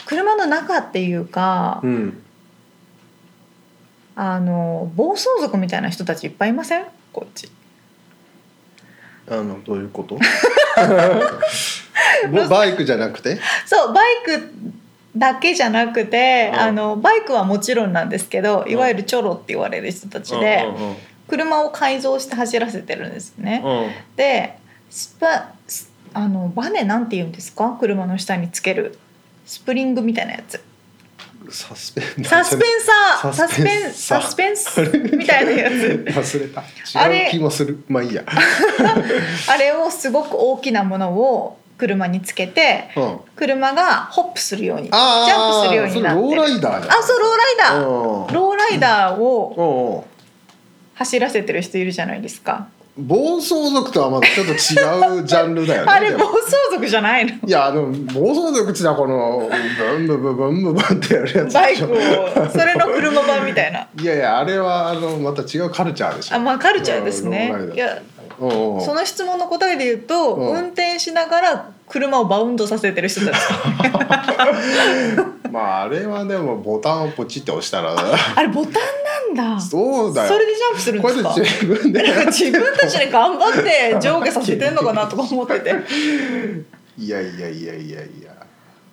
Speaker 2: 車の中っていうか、
Speaker 4: うん
Speaker 2: あの暴走族みたいな人たちいっぱいいませんこっち
Speaker 4: あのどういうことぼバイクじゃなくて
Speaker 2: そうバイクだけじゃなくて、
Speaker 3: うん
Speaker 2: あのバイクはもちろんなんですけど、
Speaker 3: ん
Speaker 2: いわゆるチョロって言われる人たちで、車を改造して走らせてるんですね。
Speaker 3: うんうんうん
Speaker 2: でスパスあのバネなんて言うんですか車の下につけるスプリングみたいなやつ
Speaker 4: サスペン
Speaker 2: サスペンサーサ
Speaker 4: サ
Speaker 2: ス
Speaker 4: ス
Speaker 2: ペ
Speaker 4: ペ
Speaker 2: ン
Speaker 4: ン
Speaker 2: サ
Speaker 4: サー
Speaker 2: スペンスみたいなや
Speaker 4: [LAUGHS]
Speaker 2: つ
Speaker 4: 忘れた
Speaker 2: あ
Speaker 4: 違
Speaker 2: れ
Speaker 4: う気もするまあいいや、
Speaker 2: あれをすごく大きなものを車につけて
Speaker 4: うん、あ
Speaker 2: 車がホップするようにジ
Speaker 4: あ
Speaker 2: ャンプするようになって
Speaker 4: それ
Speaker 2: る
Speaker 4: ローライダーじゃん
Speaker 2: あそうローライダー
Speaker 4: うん
Speaker 2: ローライダーを
Speaker 4: うんうん
Speaker 2: 走らせてる人いるじゃないですか
Speaker 4: 暴走族とはまたちょっと違うジャンルだよね
Speaker 2: あれ
Speaker 4: で
Speaker 2: 暴
Speaker 4: も
Speaker 2: 走族じゃないの
Speaker 4: [LAUGHS] いやあの暴走族ってのはこのブンブンブンブンブンブンってやるやつ
Speaker 2: バ
Speaker 4: で
Speaker 2: イ
Speaker 4: し
Speaker 2: ク
Speaker 4: ょ
Speaker 2: をそれの車版みたいない
Speaker 4: やいやあれはあのまた違うカルチャーでしょ
Speaker 2: あまあカルチャーですね
Speaker 4: ローライダー
Speaker 2: いや
Speaker 4: うんうん
Speaker 2: その質問の答えで言うと、
Speaker 4: うん
Speaker 2: 運転しながら車をバウンドさせてる人
Speaker 4: [LAUGHS]
Speaker 2: たち
Speaker 4: まああれはでもボタンをポチって押したら
Speaker 2: あれボタンなんだ
Speaker 4: そうだよ
Speaker 2: それでジャンプするん
Speaker 4: こ
Speaker 2: で
Speaker 4: う
Speaker 2: すか
Speaker 4: やって自分
Speaker 2: [LAUGHS]
Speaker 4: で
Speaker 2: なんか自分たちで頑張って上下させてんのかなとか思ってて
Speaker 4: いやいやいやいやいや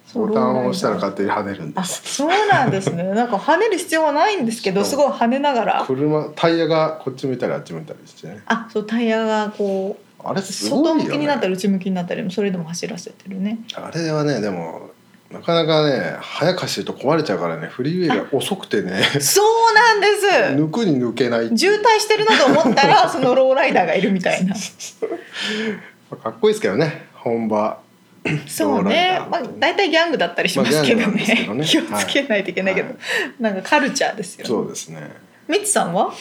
Speaker 2: そう
Speaker 4: ボタンを押したら勝手に跳ねるんで
Speaker 2: あ
Speaker 4: す
Speaker 2: そうなんです
Speaker 4: [LAUGHS]
Speaker 2: ねなんか跳ねる必要はないんですけどすごい跳ねながら
Speaker 4: 車タイヤがこっち向いたりあっち向いたりしてね
Speaker 2: あそうタイヤがこう
Speaker 4: あれすごい
Speaker 2: 外
Speaker 4: よ、ね、
Speaker 2: 向きになったり内向きになったりもそれでも走らせてるね
Speaker 4: あれはねでもなかなかね早く走ると壊れちゃうからねフリーウェイが遅くてね
Speaker 2: そうなんです
Speaker 4: 抜くに抜けない
Speaker 2: 渋滞してるなと思った
Speaker 4: [LAUGHS]
Speaker 2: らそのローライダーがいるみたいな
Speaker 4: かっこいいですけどね本場
Speaker 2: そうね、まあ、大体ギャングだったりしますけど
Speaker 4: まあギャングなんです
Speaker 2: ね
Speaker 4: けど
Speaker 2: [LAUGHS]
Speaker 4: ね
Speaker 2: 気をつけないといけないけど、
Speaker 4: はい
Speaker 2: なんかカルチャーですよね
Speaker 4: そうですね
Speaker 2: みつさんは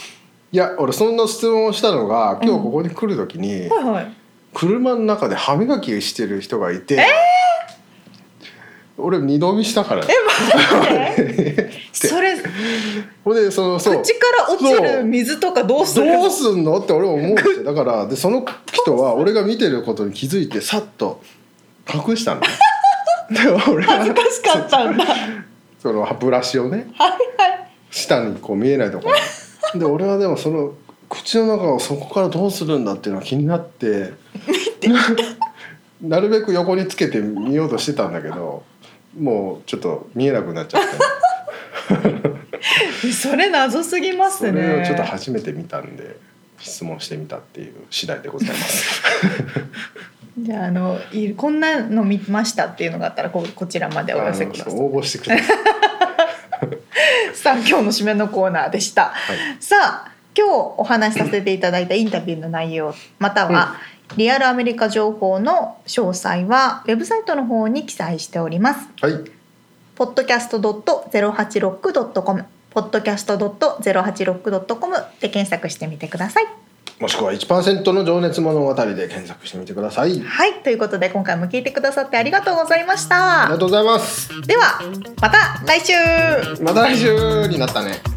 Speaker 2: い
Speaker 4: や俺そんな質問をしたのが今日ここに来る時に、
Speaker 2: はいはい
Speaker 4: 車の中で歯磨きしてる人がいて、俺二度見したからね
Speaker 2: え待
Speaker 4: [LAUGHS]
Speaker 2: ってそれ
Speaker 4: ほんでそのそう
Speaker 2: 口から落ちる水とかどうする
Speaker 4: どうすんのって俺も思うしだからでその人は俺が見てることに気づいてさっと隠したの
Speaker 2: [LAUGHS]
Speaker 4: ねで俺
Speaker 2: 恥ず
Speaker 4: は
Speaker 2: かしかったんだはい
Speaker 4: その歯ブラシをね
Speaker 2: はい
Speaker 4: 下にこう見えないところ
Speaker 2: [LAUGHS]
Speaker 4: にで俺はでもその口の中をそこからどうするんだっていうのが気になって [LAUGHS] ななるべく横につけて見ようとしてたんだけどもうちょっと見えなくなっちゃって
Speaker 2: え [LAUGHS] それ謎すぎま
Speaker 4: そ
Speaker 2: す
Speaker 4: れを
Speaker 2: ね
Speaker 4: ちょっと初めて見たんで質問してみたっていう次第でございます。
Speaker 2: じゃああのいこんなの見ましたっていうのがあったらここちらまでお寄せくだ
Speaker 4: あ
Speaker 2: さ
Speaker 4: の
Speaker 2: い
Speaker 4: 応募してください
Speaker 2: [LAUGHS] さあ今日の締めのコーナーでした、
Speaker 4: い
Speaker 2: さあ今日お話しさせていただいたインタビューの内容または、リアルアメリカ情報の詳細はウェブサイトの方に記載しております
Speaker 4: はい。
Speaker 2: podcast.086.com podcast.086.com で検索してみてください
Speaker 4: もしくは1%の情熱物語で検索してみてください。
Speaker 2: はいということで今回も聞いてくださってありがとうございまし
Speaker 4: あり
Speaker 2: た
Speaker 4: がとうございます。
Speaker 2: ではまた来週
Speaker 4: また来週になったね。